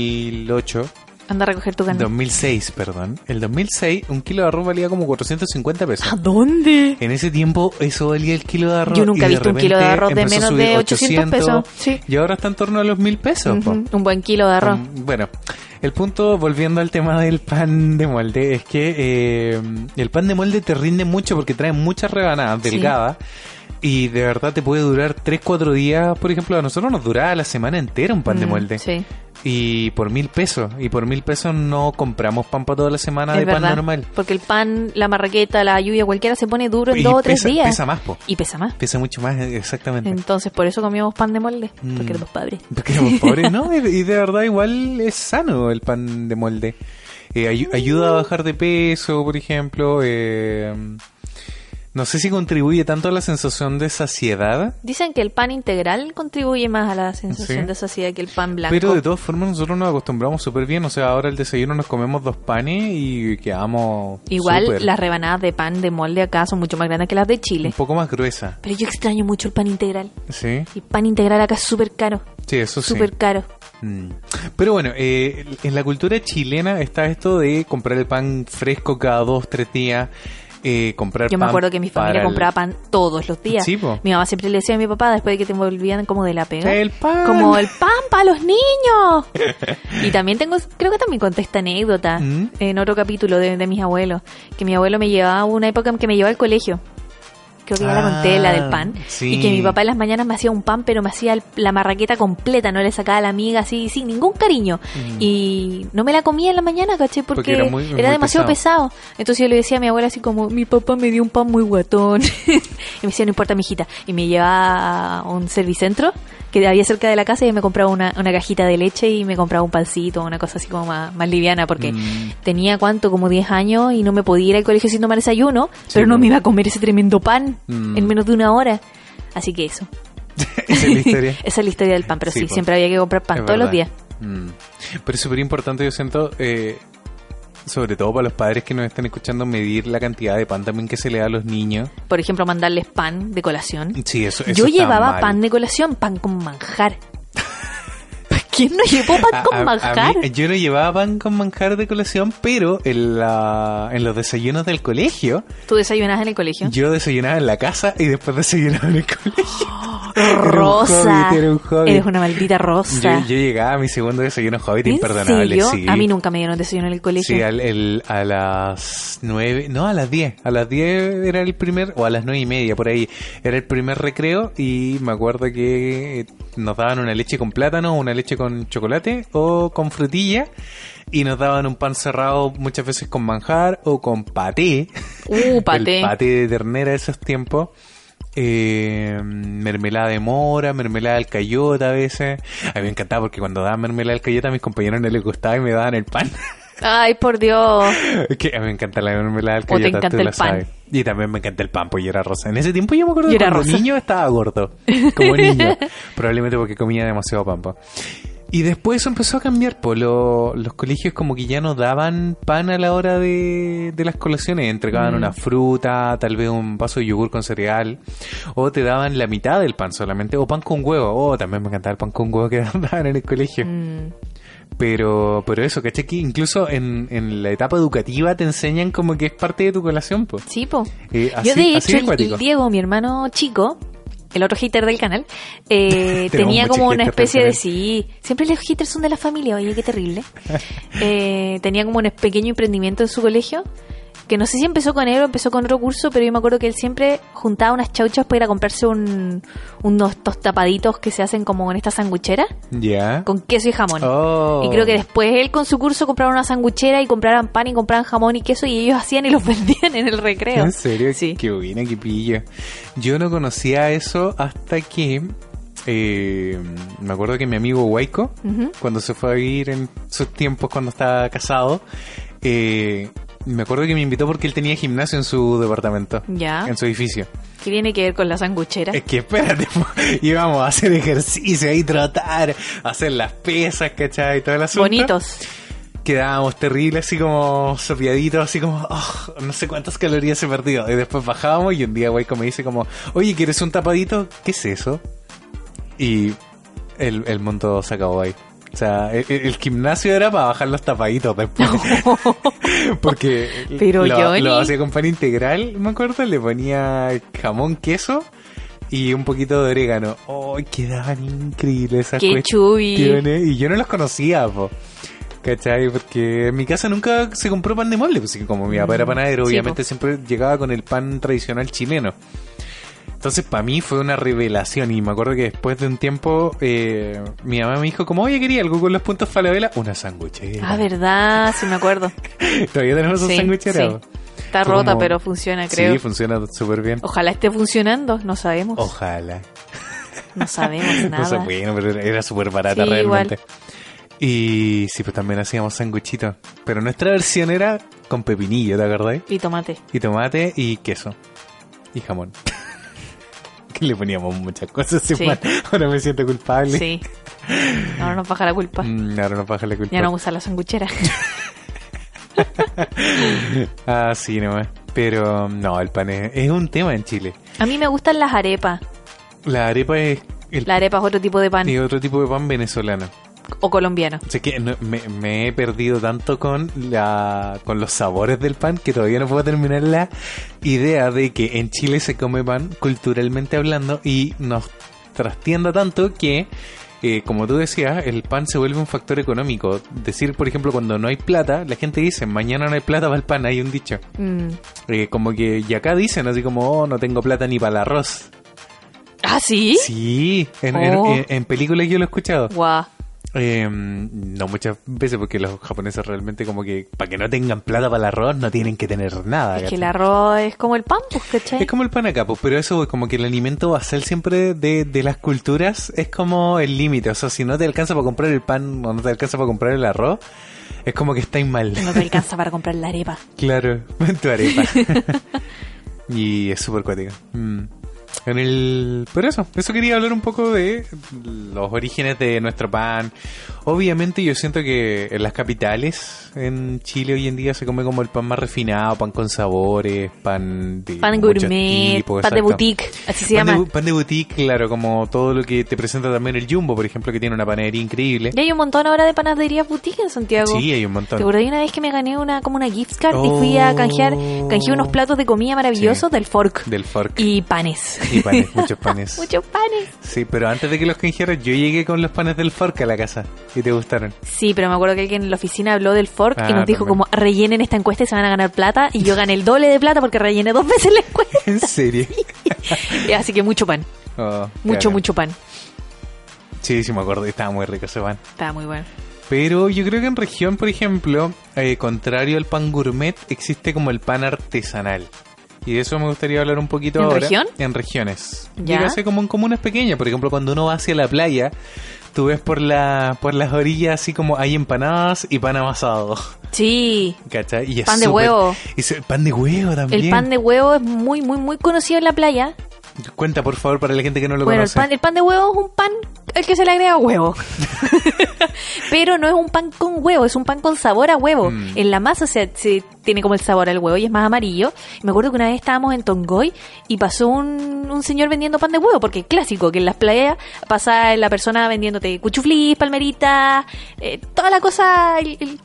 2008,
Anda a recoger tu canasta.
2006, perdón, el 2006, un kilo de arroz valía como 450 pesos.
¿A dónde?
En ese tiempo eso valía el kilo de arroz.
Ah. Yo nunca
y
he
de
visto un kilo de
repente
arroz de
empezó a
menos de
subir
800 pesos. Sí.
Y ahora está en torno a los mil pesos. po.
Ujú, Un buen kilo de arroz.
Um, bueno, el punto, volviendo al tema del pan de molde, es que eh, el pan de molde te rinde mucho porque trae muchas rebanadas
Sí.
delgadas. Y de verdad te puede durar 3, 4 días. Por ejemplo, a nosotros nos duraba la semana entera un pan de
Mm,
molde.
Sí.
Y por mil pesos. Y por mil pesos no compramos pan para toda la semana
es
de
verdad.
pan normal.
Porque el pan, la marraqueta, la lluvia, cualquiera se pone duro en
Y
dos o tres
pesa-
días.
Pesa más, po.
Y pesa más.
Pesa mucho más, eh, exactamente.
Entonces, por eso comíamos pan de molde. Porque
Mm.
éramos padres.
Porque éramos pobres, ¿no? Y y de verdad igual es sano el pan de molde. Eh,
Mm.
ayu- ayuda a bajar de peso, por ejemplo. eh, no sé si contribuye tanto a la sensación de saciedad.
Dicen que el pan integral contribuye más a la sensación
Sí.
de saciedad que el pan blanco.
Pero de todas formas nosotros nos acostumbramos súper bien. O sea, ahora el desayuno nos comemos dos panes y quedamos...
Igual
súper.
las rebanadas de pan de molde acá son mucho más grandes que las de
Un
Chile.
poco más gruesa.
Pero yo extraño mucho el pan integral.
Sí,
El pan integral acá es súper caro.
sí, eso sí.
Súper caro.
Mm. Pero bueno, eh, en la cultura chilena está esto de comprar el pan fresco cada dos, tres días. Eh, comprar
Yo me
pan
acuerdo que mi familia
para el-
compraba pan todos los días.
Sí, po.
Mi mamá siempre le decía a mi papá, después de que te volvían como de la pega,
El pan.
¿eh? como el pan para los niños. y también tengo, creo que también conté esta anécdota
Mm.
en otro capítulo de, de mis abuelos, que mi abuelo me llevaba una época en que me llevaba al colegio. Creo que ya la
Ah,
conté, la del pan.
sí.
Y que mi papá en las mañanas me hacía un pan, pero me hacía el- la marraqueta completa, no le sacaba la miga así, sin ningún cariño. Y no me la comía en la mañana, caché,
Mm.
porque,
Porque era muy-
era
muy
demasiado
pesado.
pesado pesado. Entonces yo le decía a mi abuela así como, mi papá me dio un pan muy guatón. y me decía, no importa, mijita. Y me llevaba a un servicentro que había cerca de la casa y me compraba una, una cajita de leche y me compraba un pancito, una cosa así como más, más liviana, porque
Mm.
tenía cuánto, como 10 años y no me podía ir al colegio sin tomar desayuno,
Sí,
pero no
pues.
me iba a comer ese tremendo pan
Mm.
en menos de una hora. Así que eso.
Esa es la historia.
Esa es la historia del pan, pero
Sí,
sí,
pues.
siempre había que comprar pan
Es
todos los
verdad.
días.
Mm. Pero es súper importante, yo siento, eh, sobre todo para los padres que nos están escuchando, medir la cantidad de pan también que se le da a los niños.
Por ejemplo, mandarles pan de colación.
Sí, eso, eso
Yo
está
llevaba
mal.
pan de colación, pan con manjar. ¿Quién no llevó pan
Ah, A- a-
con
a
manjar?
mí- eh, yo no llevaba pan con manjar de colación, pero en, la, en los desayunos del colegio,
¿Tú desayunabas en el colegio?
yo desayunaba en la casa y después desayunaba en el colegio. un
rosa.
hobbit, era un hobbit.
Eres una maldita rosa.
Yo, yo llegaba a mi segundo desayuno hobbit
¿En
imperdonable.
serio?
Sí.
A mí nunca me dieron desayuno en el colegio.
Sí, al- el- a las nueve, no, a las diez. A las diez era el primer, o a las nueve y media, por ahí. Era el primer recreo y me acuerdo que nos daban una leche con plátano, una leche con chocolate o con frutilla. Y nos daban un pan cerrado muchas veces con manjar o con paté.
Uh, paté.
El paté de ternera de esos tiempos. Eh, mermelada de mora, mermelada del cayota a veces. A mí me encantaba porque cuando daban mermelada del cayota a mis compañeros no les gustaba y me daban el pan.
Ay, por Dios.
Es que a mí me encanta la mermelada del
O te
coyote,
encanta
tú lo
el pan.
sabes. Y también me encanta el pan, pues yo era rosa. En ese tiempo yo me acuerdo
Yo
que
era
cuando
rosa.
niño estaba gordo, como niño. probablemente porque comía demasiado pan, po. Y después eso empezó a cambiar, pues los colegios como que ya no daban pan a la hora de, de las colaciones. Entregaban
Mm.
una fruta, tal vez un vaso de yogur con cereal. O te daban la mitad del pan solamente. O pan con huevo. Oh, también me encantaba el pan con huevo que daban en el colegio.
Mm.
Pero, pero eso, ¿cachai? Que incluso en, en la etapa educativa te enseñan como que es parte de tu colación, pues.
Sí, po.
Eh, así,
Yo
así
de
de
hecho, el- el,
cuático.
Diego, mi hermano chico, el otro hater del canal, eh,
Tenemos
tenía
muchos
como una
haters del
especie de...
canal.
Sí, siempre los haters son de la familia, oye, qué terrible. Eh, tenía como un pequeño emprendimiento en su colegio, que no sé si empezó con él o empezó con otro curso, pero yo me acuerdo que él siempre juntaba unas chauchas para ir a comprarse un, unos tostapaditos que se hacen como en esta sanguchera,
Ya.
con queso y jamón.
Oh.
Y creo que después él con su curso compraron una sanguchera y compraban pan y compraban jamón y queso y ellos hacían y los vendían en el recreo.
¿En serio?
Sí.
Qué buena, qué pillo. Yo no conocía eso hasta que... eh, me acuerdo que mi amigo Waiko,
Ujú.
cuando se fue a vivir en sus tiempos cuando estaba casado, eh, me acuerdo que me invitó porque él tenía gimnasio en su departamento,
Ya.
en su edificio.
¿Qué tiene que ver con la sanguchera?
Es que espérate, po. íbamos a hacer ejercicio ahí, trotar, hacer las pesas, ¿cachai? Y todo el asunto.
Bonitos.
Quedábamos terribles, así como sopiaditos, así como, "Oh, no sé cuántas calorías he perdido. Y después bajábamos y un día Waiko me dice como, oye, ¿quieres un tapadito? ¿Qué es eso? Y el, el mundo se acabó ahí. O sea, el, el- el gimnasio era para bajar los tapaditos después. Porque
Pero
lo,
Johnny.
lo hacía con pan integral, me acuerdo, le ponía jamón, queso y un poquito de orégano. ¡Oh, quedaban increíbles esas
Qué chubi.
cuestiones! Y yo no los conocía, po. ¿Cachai? Porque en mi casa nunca se compró pan de molde, pues y como mi papá era panadero,
Mm, Sí,
obviamente siempre llegaba con el pan tradicional chileno. Entonces para mí fue una revelación y me acuerdo que después de un tiempo eh, mi mamá me dijo como, oye, quería algo con los puntos falabela, una sanguchera.
Ah, verdad, sí me acuerdo.
Todavía tenemos un
Sí,
sanguchera. po.
sí. Está
Fue
rota,
como-
pero funciona, creo. Oh.
Sí, funciona súper bien.
Ojalá esté funcionando, no sabemos.
Ojalá.
No sabemos
Oh. No sé,
nada.
bueno, pero era súper barata
Sí,
realmente.
igual.
Y sí, pues también hacíamos sanguchitos. Pero nuestra versión era con pepinillo, ¿te acordáis?
y tomate.
Y tomate y queso. Y jamón. que le poníamos muchas cosas.
Sí.
igual. Ahora me siento culpable.
Sí. Ahora nos baja la culpa.
Mm, ahora no baja la culpa.
Ya no usa la sanguchera.
Ah, sí, nomás. Pero no, el pan es, es un tema en Chile.
A mí me gustan las arepas.
La arepa es el
La arepa es otro tipo de pan
y otro tipo de pan venezolano.
o colombiano.
Sé que no- me, me he perdido tanto con la con los sabores del pan que todavía no puedo terminar la idea de que en Chile se come pan culturalmente hablando y nos trastienda tanto que eh, como tú decías, el pan se vuelve un factor económico. Decir, por ejemplo, cuando no hay plata, la gente dice, mañana no hay plata para el pan, hay un dicho.
Mm.
Eh, como que, y acá dicen así como, oh, no tengo plata ni para el arroz.
Ah, sí.
Sí, en, en-
Oh.
en- en películas yo lo he escuchado.
Guau.
Eh, no muchas veces, porque los japoneses realmente como que para que no tengan plata para el arroz no tienen que tener nada.
Es que el
¿cachai?
arroz es como el pan, pues, ¿cachai?
Es como el pan acá, pues, pero eso es como que el alimento basal siempre de, de las culturas es como el límite. O sea, si no te alcanza para comprar el pan o no te alcanza para comprar el arroz, es como que estáis mal.
No te alcanza para comprar la arepa.
Claro, tu arepa. y es súper cuático. Mm. En el... Pero eso, eso quería hablar un poco de los orígenes de nuestro pan. Obviamente yo siento que en las capitales, en Chile hoy en día se come como el pan más refinado, pan con sabores, pan de...
Pan
muchos
gourmet,
tipos,
pan de
exacto.
boutique, así se
Pan de,
llama.
bu- pan de boutique, claro, como todo lo que te presenta también el Jumbo, por ejemplo, que tiene una panadería increíble.
Y hay un montón ahora de panaderías boutique en Santiago.
Sí, hay un montón.
¿Te acordás de una vez que me gané una como una gift card y fui a canjear
Oh.
canjeé unos platos de comida maravillosos del Fork
Del fork.
y panes.
Y panes, muchos panes.
Muchos panes.
Sí, pero antes de que los canjearas, yo llegué con los panes del fork a la casa. Y te gustaron.
Sí, pero me acuerdo que alguien en la oficina habló del Fork y
Ah,
nos dijo
también.
como rellenen esta encuesta y se van a ganar plata y yo gané el doble de plata porque rellené dos veces la encuesta.
¿En serio?
Así que mucho pan,
Oh,
mucho
claro.
mucho pan.
Sí, sí, me acuerdo. Estaba muy rico ese pan.
Estaba muy bueno.
Pero yo creo que en región, por ejemplo, eh, contrario al pan gourmet, existe como el pan artesanal. Y de eso me gustaría hablar un poquito
¿En
ahora.
región?
En regiones.
Ya.
Dígase como en comunas pequeñas. Por ejemplo, cuando uno va hacia la playa, tú ves por, la, por las orillas así como hay empanadas y pan amasado.
Sí,
¿Cachai? Y es
Pan de
súper-
huevo.
y se- pan de huevo también.
el pan de huevo es muy muy muy conocido en la playa.
Cuenta, por favor, para la gente que no lo
bueno, el
conoce.
pan, el pan de huevo es un pan al que se le agrega huevo. Pero no es un pan con huevo, es un pan con sabor a huevo.
Mm.
En la masa se, se tiene como el sabor al huevo y es más amarillo. Me acuerdo que una vez estábamos en Tongoy y pasó un, un señor vendiendo pan de huevo, porque clásico, que en las playas pasa la persona vendiéndote cuchuflís, palmeritas, eh, toda la cosa, el, el,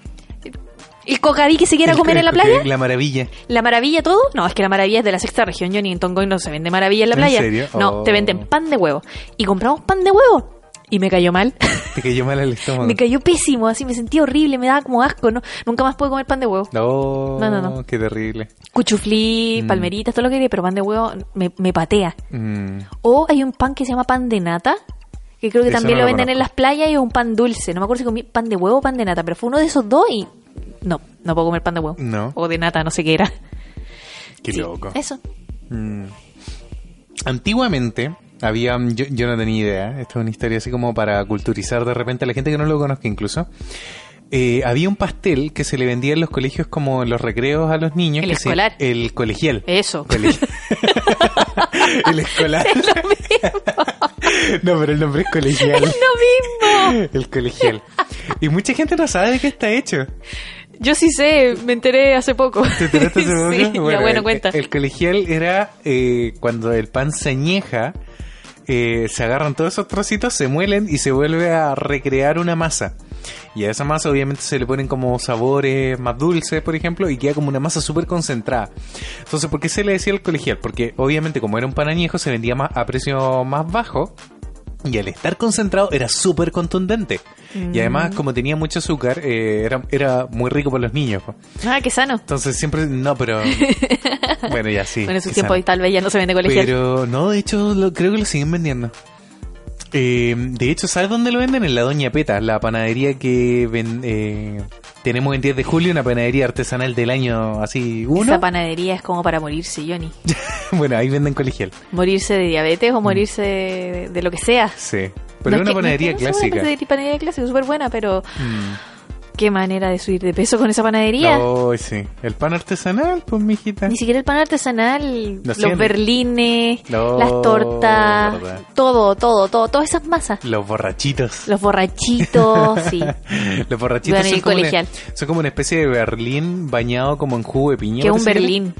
el cocadí que se quiera
El-
comer en la
el- que-
playa.
La maravilla.
¿La maravilla todo? No, es que la maravilla es de la sexta región, Johnny. En Tongoy no se vende maravilla en la
¿En
playa.
serio?
No,
Oh.
te venden pan de huevo. Y compramos pan de huevo. Y me cayó mal.
Te cayó mal el estómago.
me cayó pésimo, así me sentí horrible, me daba como asco, ¿no? Nunca más pude comer pan de huevo.
No,
No, no, no.
qué terrible.
Cuchuflí,
Mm.
palmeritas, todo lo que quería, pero pan de huevo me, me patea.
Mm.
O hay un pan que se llama pan de nata, que creo que
Ese
también
no lo
lo venden en
conozco.
las playas y es un pan dulce. No me acuerdo si comí pan de huevo o pan de nata, pero fue uno de esos dos y no, no puedo comer pan de huevo.
No.
O de nata, no sé qué era.
Qué
Sí,
loco.
Eso.
Mm. Antiguamente había, yo, yo no tenía idea, esto es una historia así como para culturizar de repente a la gente que no lo conozca incluso. Eh, había un pastel que se le vendía en los colegios como en los recreos a los niños.
El
que se-
escolar. Eh.
el colegial.
Eso.
Cole- el escolar. no, pero el nombre es colegial.
lo mismo.
El colegial. Y mucha gente no sabe de qué está hecho.
Yo sí sé, me enteré hace poco.
¿Te enteraste hace poco? eh,
Sí, ya bueno,
el,
cuenta.
el colegial era eh, cuando el pan se añeja, eh, se agarran todos esos trocitos, se muelen y se vuelve a recrear una masa. Y a esa masa obviamente se le ponen como sabores más dulces, por ejemplo, y queda como una masa súper concentrada. Entonces, ¿por qué se le decía el colegial? Porque obviamente como era un pan añejo se vendía más, a precio más bajo. Y al estar concentrado era súper contundente. Y
Mm.
además, como tenía mucho azúcar, eh, era, era muy rico para los niños. po.
Ah, qué sano.
Entonces siempre, no, pero... bueno, ya sí.
bueno, en sus
quizá
tiempos
no.
tal vez ya no se vende colegial.
Pero no, de hecho lo- creo que lo siguen vendiendo. Eh, de hecho, ¿sabes dónde lo venden? En la Doña Peta, la panadería que ven- eh, tenemos en 10 de julio, una panadería artesanal del año así uno.
Esa panadería es como para morirse, Johnny.
bueno, ahí venden colegial.
Morirse de diabetes o morirse de, de lo que sea.
Sí. Mm. Pero es una
No que- no
panadería
que no sea buena,
clásica.
pero es panadería clásica, súper buena, pero
Mm.
qué manera de subir de peso con esa panadería.
Ay, sí. El pan artesanal, pues, mijita.
Ni siquiera el pan artesanal, los,
Lo siento.
berlines,
No,
las tortas,
Oh, verdad.
todo, todo, todo, todas esas masas.
Los borrachitos.
Los borrachitos, sí.
Los borrachitos
Bueno, y
son
el
como, una,
colegial.
son como una especie de berlín bañado como en jugo de piña.
Que es un
parece le-
berlín.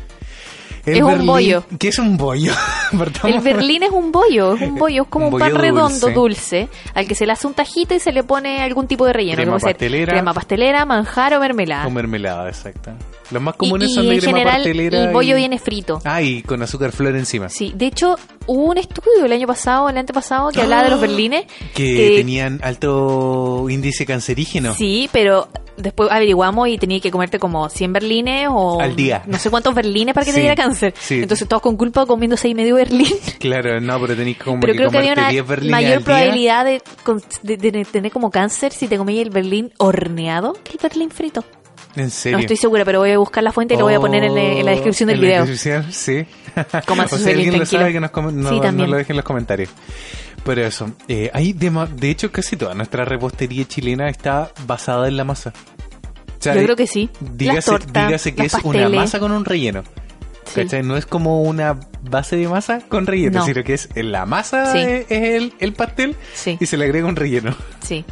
El
Es un
berlín-
bollo.
¿Qué es un bollo?
El
Partamos por-
berlín es un bollo, es un bollo, es como un,
Un
pan
bollo
redondo dulce.
dulce.
al que se le hace un tajito y se le pone algún tipo de relleno. que
Crema
puede ser
pastelera.
crema pastelera, manjar o mermelada.
O mermelada, exacto. Los más
Y-
comunes
y
son de
en
crema
general
pastelera.
el bollo viene frito.
Ah, y con azúcar flor encima.
Sí, de hecho hubo un estudio el año pasado, el antepasado, que hablaba de
Ah.
los berlines.
Que
que-
tenían alto índice cancerígeno.
Eh, Sí, pero después averiguamos y tenía que comerte como 100 berlines o
Al día.
no sé cuántos berlines para que te
Sí,
diera cáncer.
sí.
Entonces todos con culpa comiendo seis y medio berlín.
Claro, no, pero tenéis como
Pero
que
creo que había
comerte
una
10 berlines
mayor
al día.
probabilidad de, con- de- de tener como cáncer si te comías el berlín horneado que el berlín frito.
En
No
serio. Oh,
estoy segura, pero voy a buscar la fuente y lo voy a poner en, eh, en la descripción del
En la
video.
descripción, sí.
Coman
o
sus
si alguien lo
berlín
sabe,
tranquilo.
que nos comen-
Sí,
no, no
también.
lo dejen en los comentarios. Pero eso, eh, hay dema- de, hecho casi toda nuestra repostería chilena está basada en la masa. O sea,
Yo
eh,
creo que sí.
Dígase,
las tortas,
dígase que
los
es una
pasteles.
masa con un relleno.
Sí.
¿cachai? No es como una base de masa con relleno,
No.
sino que es la masa
Sí.
es es el, el pastel
Sí,
y se le agrega un relleno.
sí.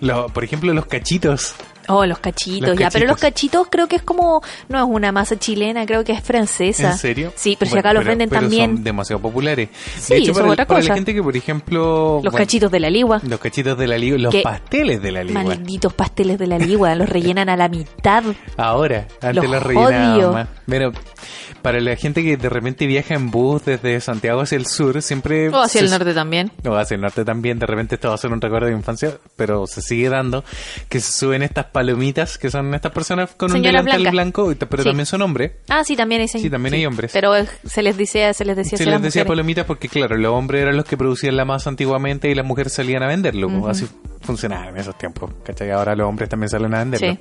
Lo- por ejemplo, los cachitos.
Oh, los cachitos,
Los
ya. Pero los cachitos creo que es como. No es una masa chilena, creo que es francesa.
¿En serio?
Sí, pero si
Bueno,
acá los venden
pero
también.
Son demasiado populares.
Sí,
de hecho,
eso
para,
es
el-
otra
para la
cosa.
gente que, por ejemplo.
Los
bueno,
cachitos de la ligua.
Los cachitos de la ligua, los
Que-
pasteles de la ligua.
Malditos pasteles de la ligua, los rellenan a la mitad.
Ahora, antes
Los
los rellenaban
odio.
más. Pero para la gente que de repente viaja en bus desde Santiago hacia el sur, siempre...
Oh,
O hacia
se-
el norte también.
O hacia el norte también, de repente esto va a ser un recuerdo de infancia, pero se sigue dando, que se suben estas palomitas, que son estas personas con
Señora
un delantal
blanca.
blanco, y t- pero
Sí.
también son hombres.
Ah, sí, también hay
Sí, también hay hombres.
Pero eh, se les decía, se les decía,
Se
hacia
les
las
decía
mujeres.
palomitas porque, claro, los hombres eran los que producían la masa antiguamente y las mujeres salían a venderlo. pues,
Ujú.
Así funcionaba en esos tiempos. ¿Cachai? Ahora los hombres también salen a venderlo.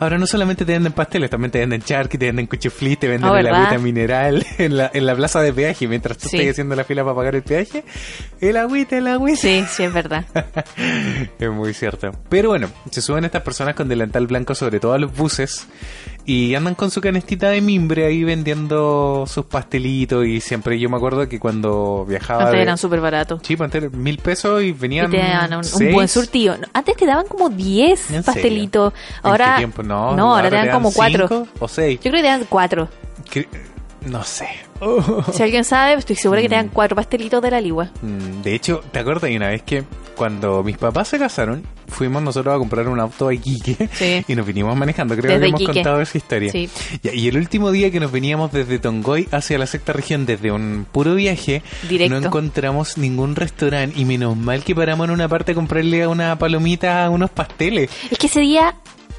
Ahora no solamente te venden pasteles, también te venden charqui, te venden cuchuflí, te venden
Ah,
el
¿verdad?
agüita mineral en la, en la plaza de peaje. Mientras tú
Sí.
estés haciendo la fila para pagar el peaje, el agüita, el agüita.
Sí, sí, es verdad.
Es muy cierto. Pero bueno, se suben estas personas con delantal blanco sobre todo a los buses y andan con su canestita de mimbre ahí vendiendo sus pastelitos y siempre yo me acuerdo que cuando viajaba...
Antes
de-
eran súper baratos.
Sí, pues, antes eran mil pesos y
Y
venían...
te daban un, un
seis.
buen surtido. No, Antes te daban como 10
¿En
pastelitos.
¿En
Ahora,
qué tiempo? No,
ahora te dan como 4. Yo
cinco o seis.
creo que te dan 4.
Que- No sé.
Si alguien sabe, estoy segura que te dan
Mm.
4 pastelitos de la ligua.
Mm, De hecho, ¿te acuerdas de una vez que cuando mis papás se casaron, fuimos nosotros a comprar un auto a Iquique
Sí.
y nos vinimos manejando? Creo
Desde
que hemos
Iquique.
contado esa historia.
Sí.
Ya, Y el último día que nos veníamos desde Tongoy hacia la sexta región, desde un puro viaje,
Directo.
no encontramos ningún restaurante y menos mal que paramos en una parte a comprarle una palomita, unos pasteles.
Es que ese día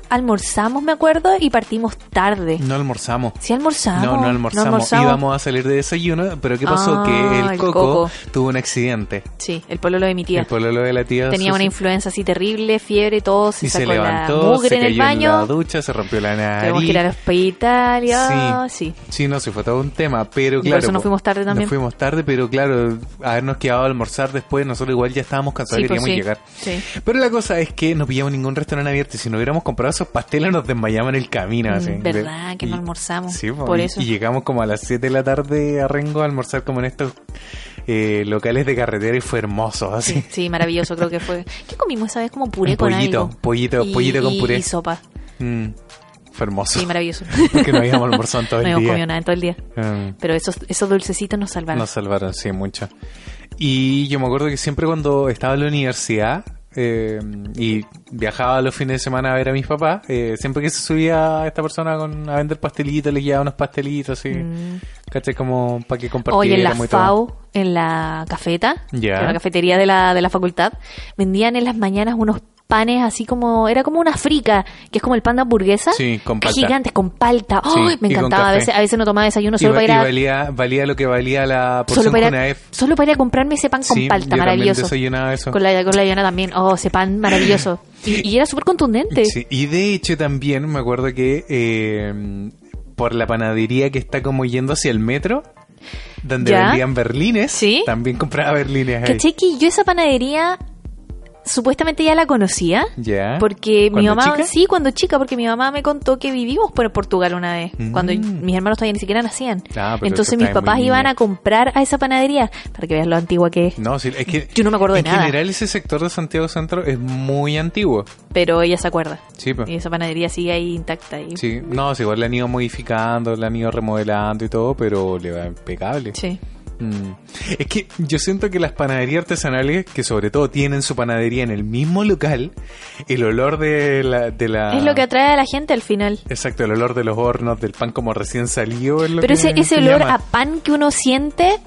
almorzamos, me acuerdo, y partimos tarde.
No almorzamos.
Sí almorzamos.
No, no almorzamos. Íbamos a salir de desayuno, pero ¿qué pasó?
Ah,
que el
el
coco,
Coco.
tuvo un accidente.
Sí, el pololo de mi tía.
El pololo de la tía
Tenía una
Susi.
influenza así terrible, fiebre, todo, se
Y se
sacó
levantó,
la mugre
se
en
cayó
el
en la
baño.
ducha, se rompió la
Tuvimos que ir al
nariz.
hospital y ah, sí.
Sí, no, sí, fue todo un tema, pero
por
claro.
eso nos
po-
fuimos tarde también.
Nos fuimos tarde, pero claro, habernos quedado a almorzar después, nosotros igual ya estábamos cansados
Sí,
y
pues,
queríamos
sí.
llegar.
Sí.
Pero la cosa es que no pillamos ningún restaurante abierto y si no hubiéramos comprado esos pasteles nos desmayaban en el camino.
Mm,
Así,
verdad, que no
Ah, y-
almorzamos,
Sí, po,
por
y-
eso.
Y llegamos como a las 7 de la tarde a Rengo a almorzar como en estos eh, locales de carretera y fue hermoso, así.
Sí, sí, maravilloso creo que fue. ¿Qué comimos esa vez? Como puré
Un
con
pollito,
algo.
pollito,
Y-
pollito con
y-
puré.
Y sopa.
Mm, fue hermoso.
Sí, maravilloso.
porque no habíamos almorzado en todo
no
el
hemos
día.
comido nada en todo el día.
Mm.
Pero esos, esos dulcecitos nos salvaron.
Nos salvaron, sí, mucho. Y yo me acuerdo que siempre cuando estaba en la universidad eh, y viajaba los fines de semana a ver a mis papás, eh, siempre que se subía esta persona con, a vender pastelitos, le llevaba unos pastelitos, así,
Mm.
¿cachai? Como para que compartiéramos
Hoy en la
y todo.
FAU, en la cafeta,
Ya.
en la cafetería de la, de la facultad, vendían en las mañanas unos panes así como, era como una frica, que es como el pan de hamburguesa.
Sí, con palta.
Gigantes, con palta.
Sí,
¡Ay! me
y con
encantaba. A
café.
veces, a veces no tomaba desayuno
Y,
solo
va-
para
y
ir a,
valía, valía lo que valía la porción
solo para, ir
con
a-
AF.
solo para ir a comprarme ese pan con
Sí,
palta,
yo también
maravilloso.
desayunaba eso.
Con la, con la Diana también. Oh, ese pan maravilloso. Y, y era súper contundente.
Sí, y de hecho también me acuerdo que eh, por la panadería que está como yendo hacia el metro, donde
Ya.
vendían berlines,
Sí.
también compraba berlines ahí.
¿Cachai que yo esa panadería supuestamente ya la conocía?
Ya.
Porque mi
¿Ah? ¿Cuando
mamá,
chica?
sí, cuando chica, porque mi mamá me contó que vivimos por Portugal una vez,
Mm.
cuando mis hermanos todavía ni siquiera nacían.
Ah, pero
Entonces
eso
mis
está muy
papás
niña.
iban a comprar a esa panadería, para que veas lo antigua que es.
No, sí, es que
Yo no me acuerdo de
en
nada.
general ese sector de Santiago Centro es muy antiguo.
Pero ella se acuerda.
Sí, po.
Y esa panadería sigue ahí intacta. Y...
Ah. Sí, no, sí, igual la han ido modificando, la han ido remodelando y todo, pero le va impecable.
Sí.
Mm. Es que yo siento que las panaderías artesanales, que sobre todo tienen su panadería en el mismo local, el olor de la... De la
Es lo que atrae a la gente al final.
Exacto, el olor de los hornos, del pan como recién salido. es lo que-
Pero ese,
que
ese olor
llama.
a pan que uno siente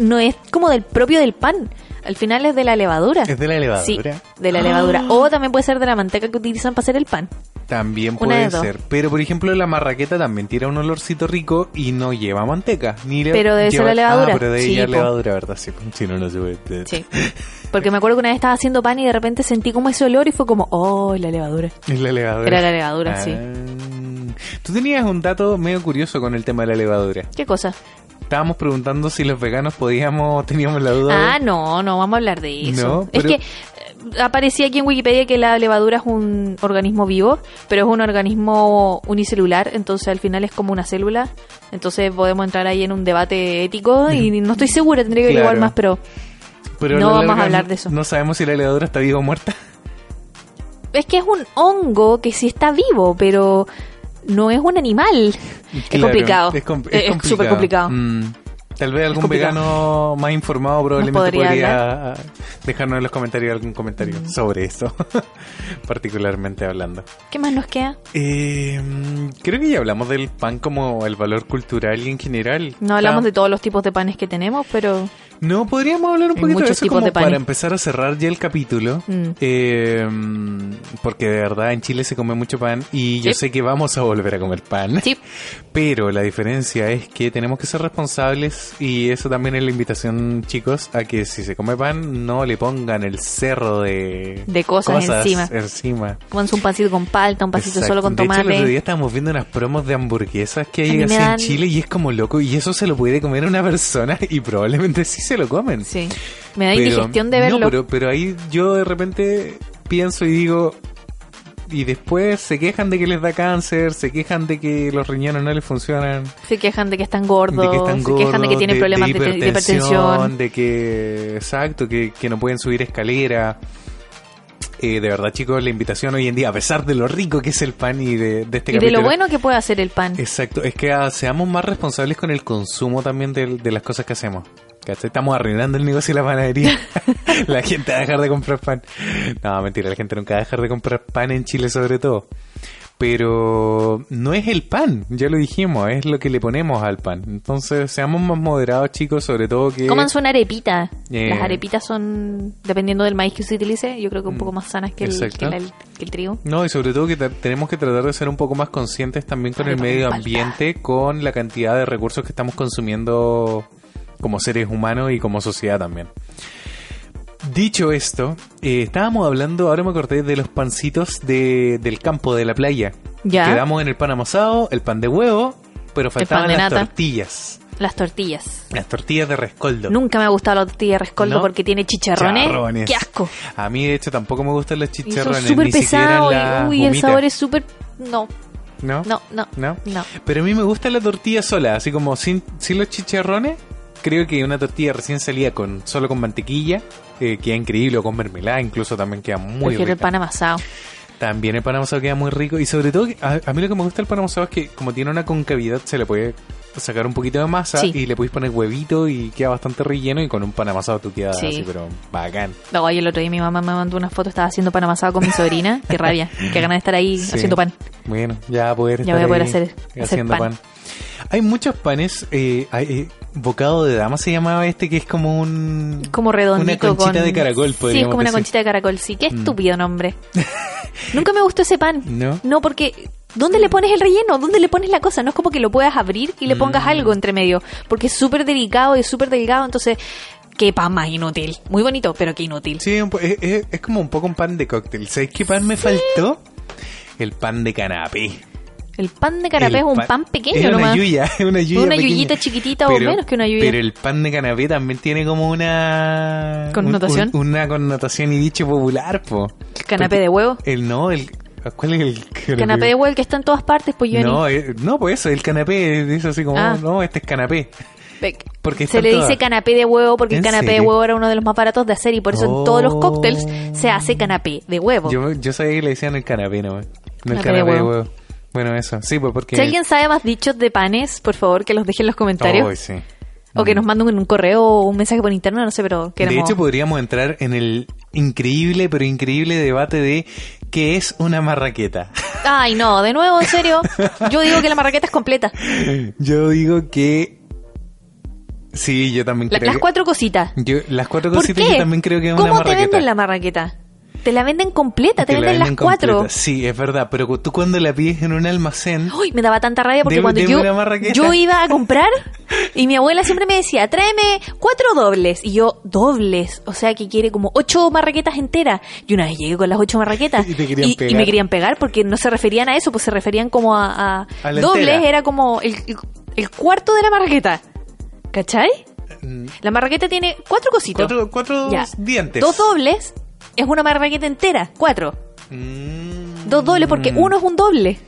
no es como del propio del pan. Al final es de la levadura.
Es de la
Sí,
levadura. Ah.
de la levadura. O también puede ser de la manteca que utilizan para hacer el pan.
También
Una
puede
de dos.
ser. Pero por ejemplo, la marraqueta también tiene un olorcito rico y no lleva manteca. Ni le-
Pero debe ser
lleva-
la levadura.
Ah, pero debe
Sí,
llevar
po.
levadura, ¿verdad? Sí, si no, no se puede.
Sí. Porque me acuerdo que una vez estaba haciendo pan y de repente sentí como ese olor y fue como, oh, la levadura.
Es la levadura.
Era la levadura, sí.
Ah. Tú tenías un dato medio curioso con el tema de la levadura.
¿Qué cosa?
Estábamos preguntando si los veganos podíamos, teníamos la duda. de-
Ah, no, no vamos a hablar de eso.
No,
es
pero-
que eh, aparecía aquí en Wikipedia que la levadura es un organismo vivo, pero es un organismo unicelular, entonces al final es como una célula. Entonces podemos entrar ahí en un debate ético y no estoy segura, tendría que averiguar
Mm. Claro.
más, pero
Pero
No
a la
vamos a
larga
hablar de eso.
No sabemos si la heladura está viva o muerta.
es que es un hongo que sí está vivo, pero no es un animal. es
Claro,
complicado.
Es, com- es
Eh, es
complicado.
súper complicado.
Mm. Tal vez algún
complicado.
vegano más informado probablemente
podría Mm.
podría, dejarnos en los comentarios algún comentario sobre eso, particularmente hablando.
¿Qué más nos queda?
Eh, creo que ya hablamos del pan como el valor cultural y en general.
No hablamos
Ah,
de todos los tipos de panes que tenemos, pero
No, podríamos hablar un
Hay
poquito de
muchos
eso
tipos
como
de panes.
para empezar a cerrar ya el capítulo.
Mm.
Eh, porque de verdad en Chile se come mucho pan y yo
Sí.
sé que vamos a volver a comer pan.
sí,
Pero la diferencia es que tenemos que ser responsables y eso también es la invitación, chicos, a que si se come pan no le pongan el cerro de,
De cosas encima.
encima.
comanse un pancito con palta, un
eh.
pancito
Exacto.
solo con
de hecho, el otro día
tomate.
estábamos viendo unas promos de hamburguesas que
A mí
hay
me
así
dan-
en Chile y es como loco y eso se lo puede comer una persona y probablemente sí se lo comen.
Sí. Me da
Pero-
indigestión de
no,
verlo.
pero, pero ahí yo de repente pienso y digo. Y después se quejan de que les da cáncer, se quejan de que los riñones no les funcionan.
Se quejan de que están
de
gordos,
que están
se quejan de que
gordos,
tienen problemas de, de hipertensión.
de que exacto, que, que no pueden subir escalera. Eh, de verdad, chicos, la invitación hoy en día, a pesar de lo rico que es el pan y de, de este
y de
capítulo,
lo bueno que puede hacer el pan.
Exacto, es que ah, seamos más responsables con el consumo también del- de, las cosas que hacemos. ¿Cachai? Estamos arruinando el negocio de la panadería. la gente va a dejar de comprar pan. No, mentira, la gente nunca va a dejar de comprar pan en Chile sobre todo. Pero no es el pan, ya lo dijimos, es lo que le ponemos al pan. Entonces, seamos más moderados, chicos, sobre todo que...
Cómanse una arepita.
Eh.
Las arepitas son, dependiendo del maíz que se utilice, yo creo que un poco más sanas que el,
Mm. Exacto.
que la- que el trigo.
No, y sobre todo que tra- tenemos que tratar de ser un poco más conscientes también con
Ay,
el
no me
medio
falta.
ambiente, con la cantidad de recursos que estamos consumiendo como seres humanos y como sociedad también. Dicho esto, eh, estábamos hablando, ahora me acordé, de los pancitos de- del campo, de la playa.
Ya.
Quedamos en el pan amasado, el pan de huevo, pero faltaban
pan de
las
nata.
tortillas.
Las tortillas.
Las tortillas de rescoldo.
Nunca me ha gustado la tortilla de rescoldo
¿No?
porque tiene chicharrones.
Chicharrones.
¡Qué asco!
A mí, de hecho, tampoco me gustan los
Y son
chicharrones.
súper
ni siquiera
pesados.
las
y- Uy, el
gomitas.
sabor es súper... No,
¿No?
no, no,
¿No?
no.
Pero a mí me gusta la tortilla sola, así como sin, sin los chicharrones. Creo que una tortilla recién salida con solo con mantequilla eh, queda increíble, o con mermelada incluso también queda muy
Prefiero el
rica.
pan amasado.
También el pan amasado queda muy rico y sobre todo que- a, a mí lo que me gusta del pan amasado es que como tiene una concavidad se le puede sacar un poquito de masa
Sí.
y le puedes poner huevito y queda bastante relleno y con un pan amasado tú quedas
Sí.
así pero bacán.
No, y el otro día mi mamá me mandó una foto, estaba haciendo pan amasado con mi sobrina. Qué rabia, qué ganas de estar ahí
Sí.
haciendo pan.
Bueno, ya va a poder
Ya
estar
voy a poder
ahí
hacer- hacer
haciendo
pan.
pan. Hay muchos panes, eh, hay, eh, bocado de dama se llamaba este, que es como un...
Como redondito
Una conchita
con...
de caracol,
Sí, es
podríamos
como una
decir.
conchita de caracol, sí. Qué
Mm.
estúpido nombre. Nunca me gustó ese pan.
¿No?
No, porque ¿dónde le pones el relleno? ¿Dónde le pones la cosa? No es como que lo puedas abrir y le pongas
Mm.
algo entre medio, porque es súper delicado y es súper delgado, entonces qué pan más inútil. Muy bonito, pero qué inútil.
Sí, un po- es, es- es como un poco un pan de cóctel. ¿Sabes qué pan me faltó? El pan de canapé.
El pan de carapé
El
es un pan,
pan-
pequeño
es
nomás.
Una yuya, es una yuya.
Una
pequeña.
yuyita chiquitita o menos que una yuya.
Pero el pan de canapé también tiene como una.
¿Connotación?
un- un- una connotación y dicho popular, po.
El canapé de huevo.
El no, el. ¿Cuál es el
El canapé de huevo el que está en todas partes, pues yo
No, eh, no, pues eso, el canapé, es así como,
Ah.
no, este es canapé. Porque
se
están
le
todas.
dice canapé de huevo porque el
¿En
canapé de
serio?
huevo era uno de los más baratos de hacer y por eso en todos los
Oh.
cócteles se hace canapé de huevo.
Yo, yo sabía que le decían el canapé, no, no el
Canapé de
canapé, de
huevo.
huevo. Bueno, eso, sí, pues porque...
Si alguien sabe más dichos de panes, por favor que los deje en los comentarios.
Oh, sí.
O que
Mm.
nos manden un correo o un mensaje por interno, no sé, pero
De
queremos...
hecho, pues- podríamos entrar en el increíble, pero increíble debate de qué es una marraqueta.
Ay, no, de nuevo, en serio. Yo digo que la marraqueta es completa.
yo digo que... Sí, yo también
La-
creo
las
que-
cuatro cositas.
yo- las cuatro
¿Por
cositas
qué?
yo también creo que es una
¿Cómo
marraqueta.
te venden la marraqueta? Te la venden completa,
Te
te,
la
venden, las
venden
cuatro.
completa. Sí, es verdad, pero cu- tú cuando la pides en un almacén...
Uy, me daba tanta rabia porque
Deme-
cuando
deme
yo,
una marraqueta.
yo iba a comprar y mi abuela siempre me decía, tráeme cuatro dobles. Y yo, dobles. O sea que quiere como ocho marraquetas enteras. Y una vez llegué con las ocho marraquetas.
Y te querían pegar.
me querían pegar porque no se referían a eso, pues se referían como a. a-
A la
dobles
entera.
era como el, el cuarto de la marraqueta. ¿Cachai?
Mm.
La marraqueta tiene cuatro cositas.
Cuatro, cuatro
Ya.
dientes.
Dos dobles es una marraqueta entera, cuatro.
Mm.
Dos dobles, porque uno es un doble.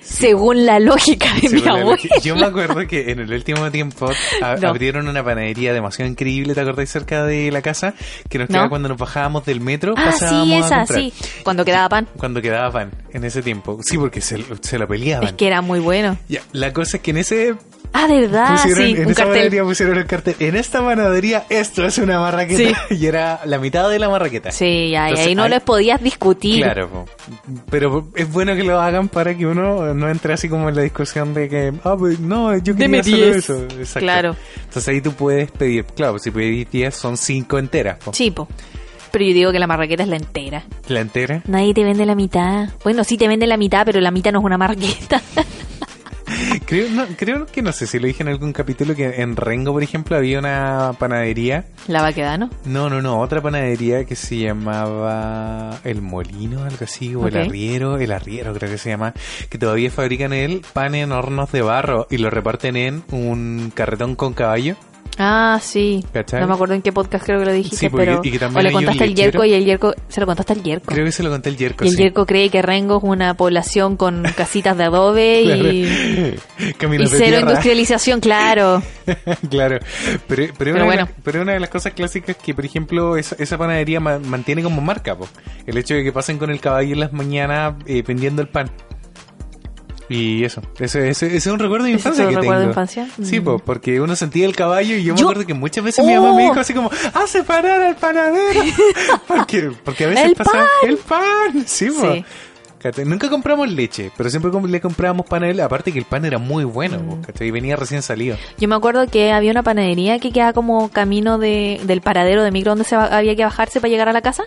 Según la lógica de
Sí,
mi
bueno,
abuela.
Yo me acuerdo que en el último tiempo a-
No.
abrieron una panadería demasiado increíble, ¿te acordáis? Cerca de la casa, que nos
No.
quedaba cuando nos bajábamos del metro,
Ah, sí,
pasábamos a
esa,
comprar.
sí. Cuando quedaba pan.
Cuando quedaba pan en ese tiempo. Sí, porque se, se lo peleaban.
Es que era muy bueno.
Ya, la cosa es que en ese
Ah, de verdad,
pusieron,
sí,
en
un
esa
cartel.
panadería pusieron el cartel. En esta panadería esto es una marraqueta. Y era la mitad de la marraqueta.
Sí, ya, y
Entonces,
ahí no
ahí-
les podías discutir.
Claro, po. pero es bueno que lo hagan para que uno no entre así como en la discusión de que, ah, pues no, yo
Deme
quería solo
10.
eso. Exacto.
Claro.
Entonces ahí tú puedes pedir, claro, si pedís 10 son 5 enteras, po.
Sí, po. Pero yo digo que la marraqueta es la entera.
La entera.
Nadie te vende la mitad. Bueno, sí te vende la mitad, pero la mitad no es una marraqueta.
Creo, no, creo que no sé si lo dije en algún capítulo que en Rengo, por ejemplo, había una panadería.
la va a ¿no?
No, no, no, otra panadería que se llamaba El Molino, algo así, o
Ok.
El Arriero, El Arriero creo que se llama, que todavía fabrican el pan en hornos de barro y lo reparten en un carretón con caballo.
Ah, sí.
¿Cachai?
No me acuerdo en qué podcast creo que lo dijiste,
Sí, porque-
pero...
y que también
o le
hay un
contaste al
lechero.
Yerko y el Yerko... Se lo contaste al Yerko.
Creo que se lo conté el Yerko,
y el
sí.
Yerko cree que Rengo es una población con casitas de adobe y...
Caminos
y
de
cero
tierra.
industrialización, claro.
claro. Pero, pero, una
bueno.
de las, pero una de las cosas clásicas que, por ejemplo, esa, esa panadería ma- mantiene como marca, po. el hecho de que pasen con el caballo en las mañanas eh, vendiendo el pan. Y eso, ese, ese- ese es un recuerdo de
¿Ese es
infancia
tu
que
recuerdo de
tengo.
infancia?
Sí, pues,
Mm.
po, porque uno sentía el caballo y yo, me
Yo-
acuerdo que muchas veces mi mamá me
¡Oh!
dijo así como, ¡Hace parar al panadero! porque, porque a veces
¡El
pasaba el pan. Sí, po.
Sí.
¿Cachai? Nunca compramos leche, pero siempre com- le comprábamos pan a él. Aparte que el pan era muy bueno,
Mm.
po, ¿cachai? Y venía recién salido.
Yo me acuerdo que había una panadería que quedaba como camino de, del paradero de micro donde se ba- había que bajarse para llegar a la casa.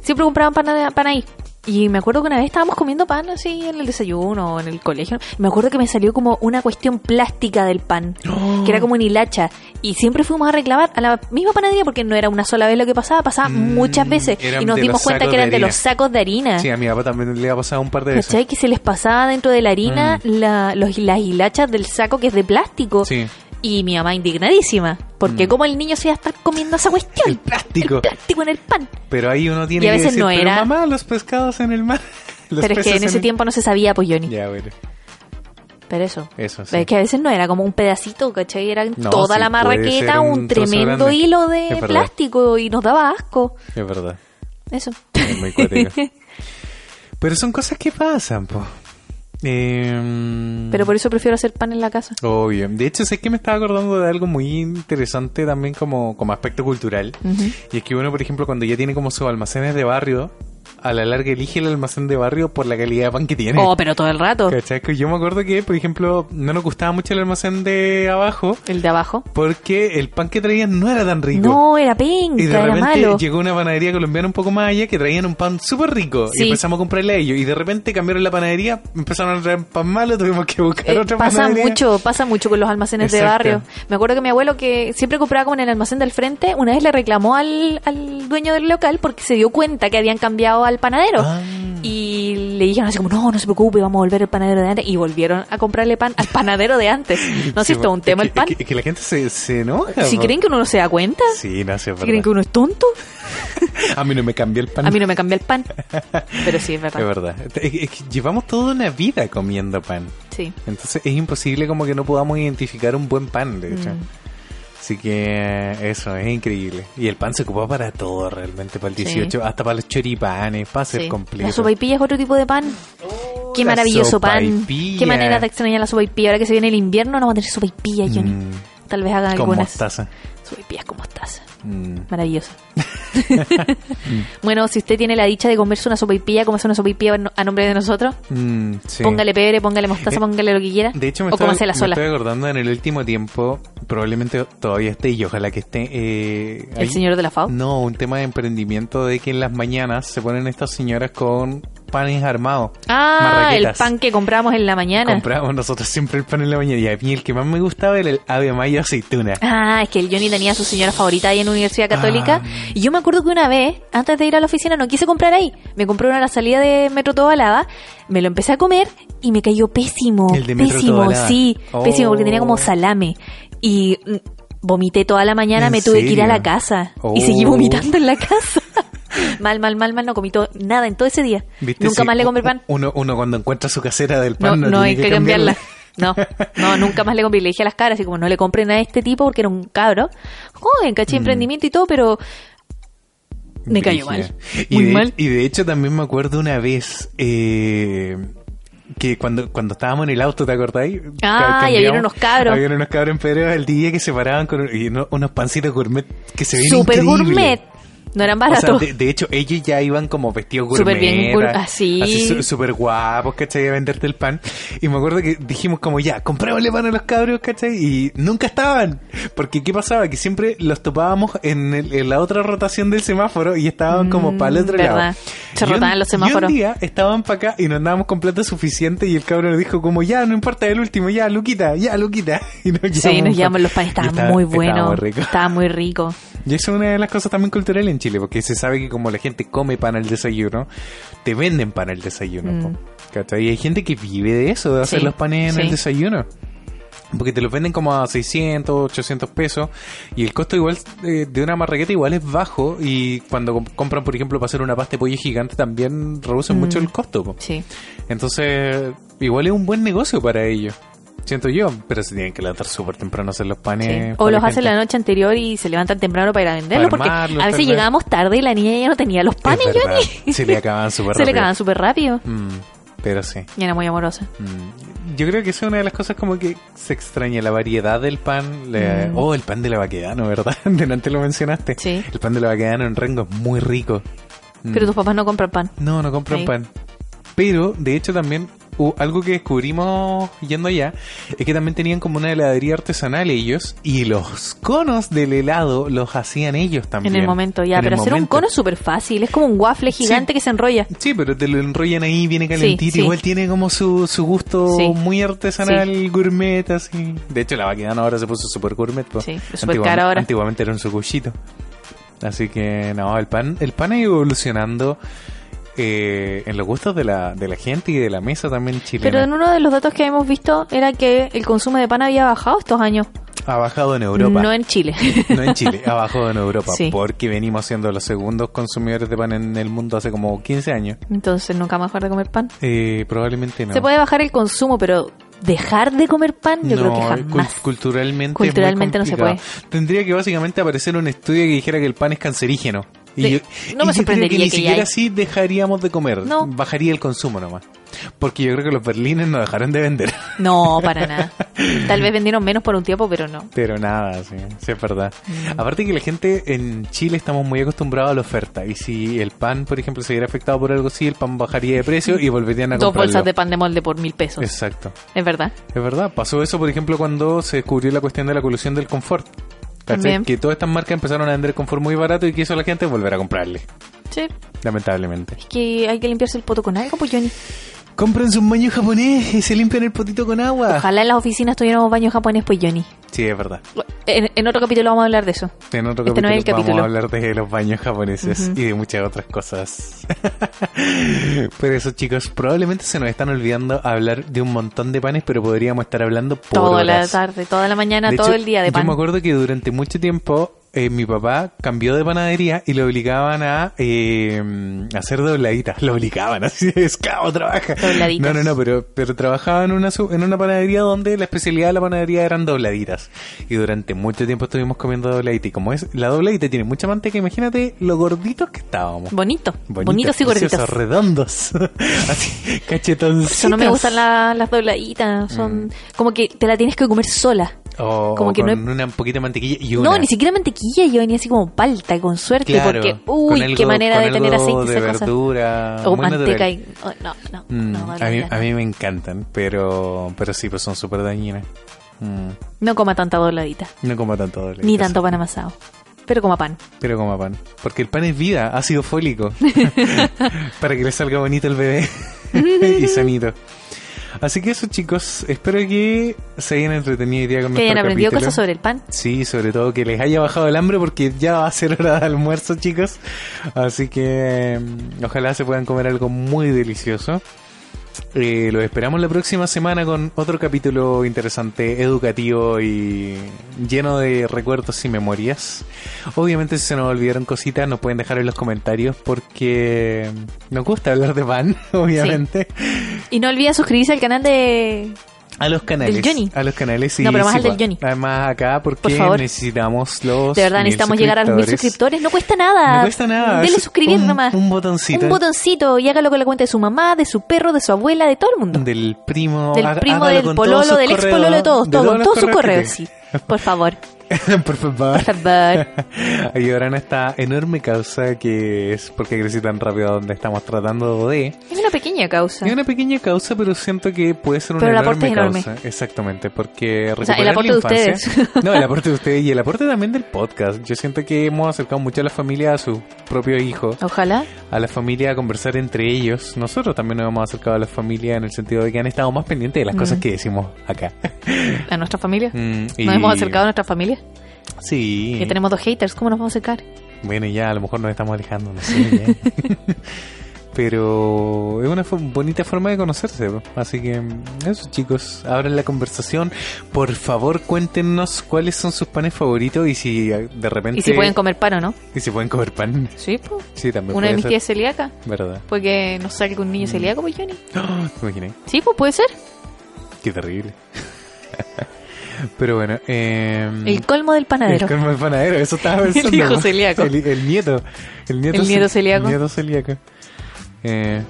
Siempre compraban pan, pan ahí. Y me acuerdo que una vez estábamos comiendo pan así en el desayuno o en el colegio. Me acuerdo que me salió como una cuestión plástica del pan, que era como una hilacha. Y siempre fuimos a reclamar a la misma panadería porque no era una sola vez lo que pasaba, pasaba
Mm,
muchas veces.
eran
Y nos
de
dimos
los
cuenta
sacos
que
de
eran de,
harina.
los sacos de harina.
Sí, a mi papá también le ha pasado un par de veces.
¿Cachai? Que se les pasaba dentro de la harina la- los- las hilachas del saco que es de plástico.
Mm. Sí.
Y mi mamá indignadísima, porque
Mm.
como el niño se iba a estar comiendo esa
El
cuestión,
plástico.
plástico en el pan.
Pero ahí uno tiene
Y a
que
veces
decir,
no
"Pero
era".
mamá, los pescados en el mar. Los
Pero es que
peces
en ese
el-".
tiempo no se sabía, pues Johnny.
Ya, bueno.
Pero eso.
Eso, sí.
Pero es que a veces no era como un pedacito, ¿cachai? Era
No,
toda
sí,
la
puede
marraqueta,
ser
un,
un trozo
tremendo
grande.
hilo
Es
de
verdad.
plástico y nos daba asco.
Es verdad.
Eso.
Es muy cuático. Pero son cosas que pasan, po. Eh,
Pero por eso prefiero hacer pan en la casa.
Obvio. De hecho, sé que me estaba acordando de algo muy interesante también como, como aspecto cultural.
Ujú.
Y es que uno, por ejemplo, cuando ya tiene como sus almacenes de barrio, a la larga elige el almacén de barrio por la calidad de pan que tiene.
Oh, pero todo el rato.
¿Cachai? Que Yo me acuerdo que, por ejemplo, no nos gustaba mucho el almacén de abajo
El de abajo.
porque el pan que traían no era tan rico.
No, era
Y de
penca, era
repente
malo.
llegó una panadería colombiana un poco más allá que traían un pan súper rico
Sí.
y empezamos a comprarle a ellos. Y de repente cambiaron la panadería, empezaron a traer pan malo, tuvimos que buscar
Eh,
otra
pasa
panadería.
mucho, pasa mucho con los almacenes de
Exacto.
barrio. Me acuerdo que mi abuelo que siempre compraba como en el almacén del frente, una vez le reclamó al, al dueño del local porque se dio cuenta que habían cambiado al panadero.
Ah.
Y le dijeron así como, no, no se preocupe, vamos a volver al panadero de antes. Y volvieron a comprarle pan al panadero de antes. No
Sí,
sé, esto es un
po.
tema
que-
el pan.
Es que, es que la gente se, se enoja.
Si
po.
creen que uno no se da cuenta,
Sí, no sé, es
si creen que
verdad.
uno es tonto,
A mí no me cambió el pan.
a mí no me cambia el pan. Pero sí, es verdad.
Es verdad. Es que- es que llevamos toda una vida comiendo pan.
Sí.
Entonces es imposible como que no podamos identificar un buen pan, de hecho.
Mm.
Así que eso, es increíble. Y el pan se ocupa para todo realmente, para el
Sí.
18, hasta para los choripanes, para hacer
Sí.
completo.
La sopaipilla es otro tipo de pan. Qué
la
maravilloso pan.
sopaipilla.
Qué manera de extrañar la sopaipilla. Ahora que se viene el invierno no vamos a tener sopaipilla, Johnny.
Mm.
Tal vez hagan
Con
algunas.
mostaza.
Sopaipillas con mostaza.
Mm.
Maravilloso. bueno, si usted tiene la dicha de comerse una sopaipilla, comerse una sopaipilla no- a nombre de nosotros.
Mm, sí.
Póngale pebre, póngale mostaza,
Eh,
póngale lo que quiera.
De hecho, me,
o
estoy,
cómasela
me
sola.
estoy acordando en el último tiempo, probablemente todavía esté y ojalá que esté... eh,
El
hay-
señor de la FAO.
No, un tema de emprendimiento de que en las mañanas se ponen estas señoras con panes armados.
Ah, el
marraquetas.
pan que compramos en la mañana.
Comprábamos nosotros siempre el pan en la mañana y a mí el que más me gustaba era el ave mayo aceituna.
Ah, es que el Johnny tenía a su señora favorita ahí en la Universidad Católica.
Ah.
Y yo me acuerdo que una vez, antes de ir a la oficina, no quise comprar ahí. Me compré una a la salida de Metro Tobalaba, me lo empecé a comer y me cayó pésimo.
El de Metro
pésimo,
Tobalaba.
sí.
Oh.
Pésimo, porque tenía como salame. Y mm, vomité toda la mañana,
¿En
me tuve que ir a
serio?
la casa. Y
Oh.
seguí vomitando en la casa. Mal, mal, mal, mal, no comí todo- nada en todo ese día.
¿Viste?
Nunca
Sí,
más le
u-
compré pan.
Uno, uno cuando encuentra su casera del
No,
pan
no,
no, tiene
hay que cambiarla. No,
cambiarla.
no, nunca más le compré. Le dije a las caras, así como no le compren a este tipo porque era un cabro. Joven,
Mm.
caché emprendimiento y todo, pero Me cayó
Brígido.
mal.
Y
Muy
de,
mal.
Y de hecho también me acuerdo una vez eh, que cuando, cuando estábamos en el auto, ¿te acordáis?
Ah,
Ca-
y habían
cambiamos.
unos cabros.
Habían unos cabros en Pedro del día que se paraban con un- y uno- unos pancitos gourmet que se ven
super
increíbles.
gourmet. No eran
O sea,
baratos.
de, de hecho, ellos ya iban como vestidos gourmet.
Súper bien gour- así.
su- súper guapos, ¿cachai? A venderte el pan. Y me acuerdo que dijimos como, ya, comprémosle pan a los cabros, ¿cachai? Y nunca estaban. Porque, ¿qué pasaba? Que siempre los topábamos en, el- en la otra rotación del semáforo y estaban como
Mm,
para el otro
verdad.
lado.
Se
Y un-
rotaban los
y un
semáforos.
día estaban para acá y no andábamos con plata suficiente y el cabro nos dijo como, ya, no importa, el último, ya, Luquita, ya, Luquita. Y nos llevamos
Sí, nos
un pan.
llevamos los panes,
Y
estaban
estaba-
muy
estaba
buenos.
rico.
Estaba muy rico.
Y eso es una de las cosas también culturales en Chile, porque se sabe que como la gente come pan al desayuno, te venden pan al desayuno.
Mm.
po. ¿Cachai? Y hay gente que vive de eso, de hacer
Sí,
los panes en
sí.
el desayuno. Porque te los venden como a 600, 800 pesos y el costo igual eh, de una marraqueta igual es bajo y cuando com- compran, por ejemplo, para hacer una pasta de pollo gigante también reducen
Mm.
mucho el costo. po.
Sí.
Entonces, igual es un buen negocio para ellos. Siento yo, pero se tienen que levantar súper temprano a hacer los panes.
Sí. O
para
los
la
hacen
gente.
la noche anterior y se levantan temprano para ir a venderlos
Para
porque
armarlos,
a
tal
veces
vez.
llegábamos tarde y la niña ya no tenía los panes,
Es verdad.
Johnny.
Se le acababan súper
Se le
rápido.
acababan súper rápido.
Mm, pero sí.
Y era muy amorosa.
Mm. Yo creo que esa es una de las cosas como que se extraña, la variedad del pan. la-
Mm.
Oh, el pan de la vaquedano, ¿verdad? Delante lo mencionaste.
Sí.
El pan de la vaquedano en Rengo es muy rico. Mm.
Pero tus papás no compran pan.
No, no compran
Sí.
pan. Pero, de hecho, también hu- algo que descubrimos yendo allá es que también tenían como una heladería artesanal ellos y los conos del helado los hacían ellos también.
En el momento ya,
En el
pero hacer un
momento.
cono es súper fácil. Es como un waffle gigante que se enrolla.
Sí, pero te lo enrollan ahí, viene calentito.
sí.
Igual tiene como su, su gusto
Sí.
muy artesanal, gourmet, así. De hecho, la vaquedana ahora se puso super gourmet. po.
Sí, es súper cara ahora.
Antiguamente era un sucuchito. Así que, no, el pan, el pan ha ido evolucionando eh, en los gustos de la, de la gente y de la mesa también chilena.
Pero en uno de los datos que hemos visto era que el consumo de pan había bajado estos años.
Ha bajado en Europa.
No en Chile.
No en Chile, ha bajado en Europa.
Sí.
Porque venimos siendo los segundos consumidores de pan en el mundo hace como 15 años.
Entonces nunca más dejar de comer pan.
Eh, probablemente no.
Se puede bajar el consumo, pero dejar de comer pan yo creo que
eh,
jamás.
cul- culturalmente,
Culturalmente
es muy
no se
complicado. Tendría que básicamente aparecer un estudio que dijera que el pan es cancerígeno. Y
Sí,
yo-
no me
y yo creo que
sorprendería
ni
que ya
siquiera
hay.
así dejaríamos de comer.
No.
Bajaría el consumo nomás. Porque yo creo que los berlines no dejaron de vender.
No, para nada. Tal vez vendieron menos por un tiempo, pero no.
Pero nada, sí, sí es verdad.
Mm.
Aparte que la gente en Chile estamos muy acostumbrados a la oferta. Y si el pan, por ejemplo, se viera afectado por algo así, el pan bajaría de precio y volverían a
Dos
comprarlo.
bolsas de pan de molde por mil pesos. Es,
Exacto.
verdad.
Es verdad, pasó eso, por ejemplo, cuando se descubrió la cuestión de la colusión del confort. ¿Cachai?
También.
Que todas estas marcas empezaron a vender confort muy barato y quiso la gente volver a comprarle,
Sí,
lamentablemente.
es que hay que limpiarse el poto con algo, pues Johnny.
Compran sus baños japonés y se limpian el potito con agua.
Ojalá en las oficinas tuviéramos baños japonés, pues Johnny.
Sí, es verdad.
En, en otro capítulo vamos a hablar de eso.
En otro
Este
capítulo,
no es el
vamos
capítulo.
a hablar de los baños japoneses
Ujú.
y de muchas otras cosas. pero eso, chicos, probablemente se nos están olvidando hablar de un montón de panes, pero podríamos estar hablando por
Toda la
horas.
tarde, toda la mañana,
De
todo
hecho,
el día de pan.
Yo me acuerdo que durante mucho tiempo eh, mi papá cambió de panadería y lo obligaban a eh, hacer dobladitas. Lo obligaban, así de esclavo trabaja.
Dobladitas.
No, no, no, pero, pero trabajaba en una, su- en una panadería donde la especialidad de la panadería eran dobladitas. Y durante mucho tiempo estuvimos comiendo dobladitas. Y como es, la dobladita tiene mucha manteca, imagínate lo gorditos que estábamos.
Bonito. Bonitos y gorditos.
preciosos, redondos. así, cachetoncitos.
Eso no me gustan la- las dobladitas. Son
Mm.
como que te la tienes que comer sola.
O
como que no
con
hay-
una poquita de mantequilla y una.
No, ni siquiera mantequilla, yo venía así como palta, con suerte,
Claro,
Este, porque,
con
uy,
algo-
qué manera
con
de tener
algo
aceite
de
esa cosa.
verdura,
O
muy
manteca
natural.
y... oh, no, no,
Mm,
no,
a, mí,
dobladitas,
a mí me encantan, pero pero sí, pues son súper dañinas. Mm,
No coma tanta dobladita,
no como tanto doble.
ni tanto pan amasado, pero coma pan.
Pero como pan. Porque el pan es vida, ácido fólico. Para que le salga bonito el bebé y sanito. Así que eso, chicos. Espero que se hayan entretenido hoy día con
Que hayan
nuestro
aprendido
capítulo.
cosas sobre el pan.
Sí, sobre todo que les haya bajado el hambre porque ya va a ser hora de almuerzo, chicos. Así que mm, ojalá se puedan comer algo muy delicioso. Eh, los esperamos la próxima semana con otro capítulo interesante, educativo y lleno de recuerdos y memorias. Obviamente si se nos olvidaron cositas nos pueden dejar en los comentarios porque nos gusta hablar de pan, obviamente.
Y no olvides suscribirse al canal de...
A los canales.
Del Johnny.
A los canales y
No, pero más
sí,
al del
pa-
Johnny.
Además acá porque
Por favor.
necesitamos los...
De verdad,
mil
necesitamos llegar a los mil suscriptores. No cuesta nada.
No cuesta nada.
Dele
es
suscribir
un-
nomás.
Un botoncito.
Un botoncito y hágalo con la cuenta de su mamá, de su perro, de su abuela, de todo el mundo.
Del primo.
del
ha-
primo,
hágalo
del
con todos
pololo,
sus
del ex
correos,
pololo, de todos, todo, con
los
todos sus correos.
que
Sí. Por favor,
tenga. Por favor.
por favor.
Ayudarán a esta enorme causa que es porque crecí tan rápido donde estamos tratando de.
Es una pequeña causa.
Es una pequeña causa, pero siento que puede ser una
Pero el aporte
enorme
es enorme.
causa. Exactamente, porque recuperar
sea, el aporte
la
de
infancia.
ustedes.
No, el aporte de ustedes y el aporte también del podcast. Yo siento que hemos acercado mucho a la familia, a sus propios hijos,
Ojalá.
a la familia a conversar entre ellos. Nosotros también nos hemos acercado a la familia en el sentido de que han estado más pendientes de las
Mm.
cosas que decimos acá.
A nuestra familia.
Mm, y-
Nos hemos acercado a nuestra familia.
Sí.
Ya tenemos dos haters. ¿Cómo nos vamos a acercar?
Bueno, ya a lo mejor nos estamos alejando, no sé. ya. Pero es una fo- bonita forma de conocerse. po. Así que mm, eso, chicos. Abran la conversación. Por favor, cuéntenos cuáles son sus panes favoritos y si eh, de repente.
Y si pueden comer pan o no.
y si pueden comer pan.
Sí, pues.
Sí, también.
Una de
puede Mm.
mis
ser.
tías es celíaca.
¿Verdad?
Porque no salga un niño celíaco, pues Johnny.
¡Ah! Te imaginé.
Sí, pues puede ser.
Qué terrible. Pero bueno. Eh,
El colmo del panadero.
El colmo del panadero, eso estaba
El
pensando.
hijo celíaco.
El, el nieto. El nieto,
El
ce-
nieto celíaco.
nieto celíaco. Eh,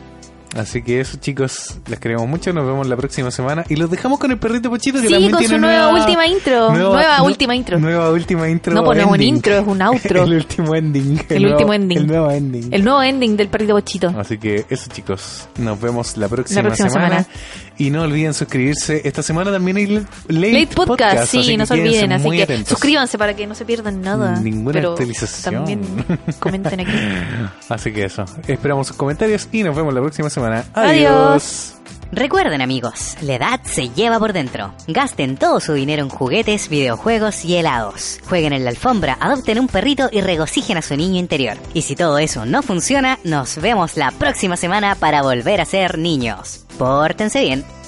así que eso, chicos, les queremos mucho. Nos vemos la próxima semana. Y los dejamos con el perrito Pochito que
Sí,
también
con
tiene
su nueva, última intro. Nueva,
nu-
última intro.
Nueva última intro.
no, pues no es un
ending.
intro, es un outro.
el último ending.
El
nuevo-
último ending.
El nuevo ending.
El nuevo ending del perrito bochito.
Así que eso chicos, nos vemos la próxima,
próxima
semana.
semana.
Y no olviden suscribirse. Esta semana también hay Late,
Late Podcast,
así
sí,
que
no se
quédense
olviden. Así
muy
que
atentos.
suscríbanse para que no se pierdan nada.
Ninguna
Pero
actualización.
También comenten aquí.
Así que eso. Esperamos sus comentarios y nos vemos la próxima semana.
Adiós.
Adiós.
Recuerden amigos, la edad se lleva por dentro. Gasten todo su dinero en juguetes, videojuegos y helados. Jueguen en la alfombra, adopten un perrito y regocijen a su niño interior. Y si todo eso no funciona, nos vemos la próxima semana para volver a ser niños. Pórtense bien.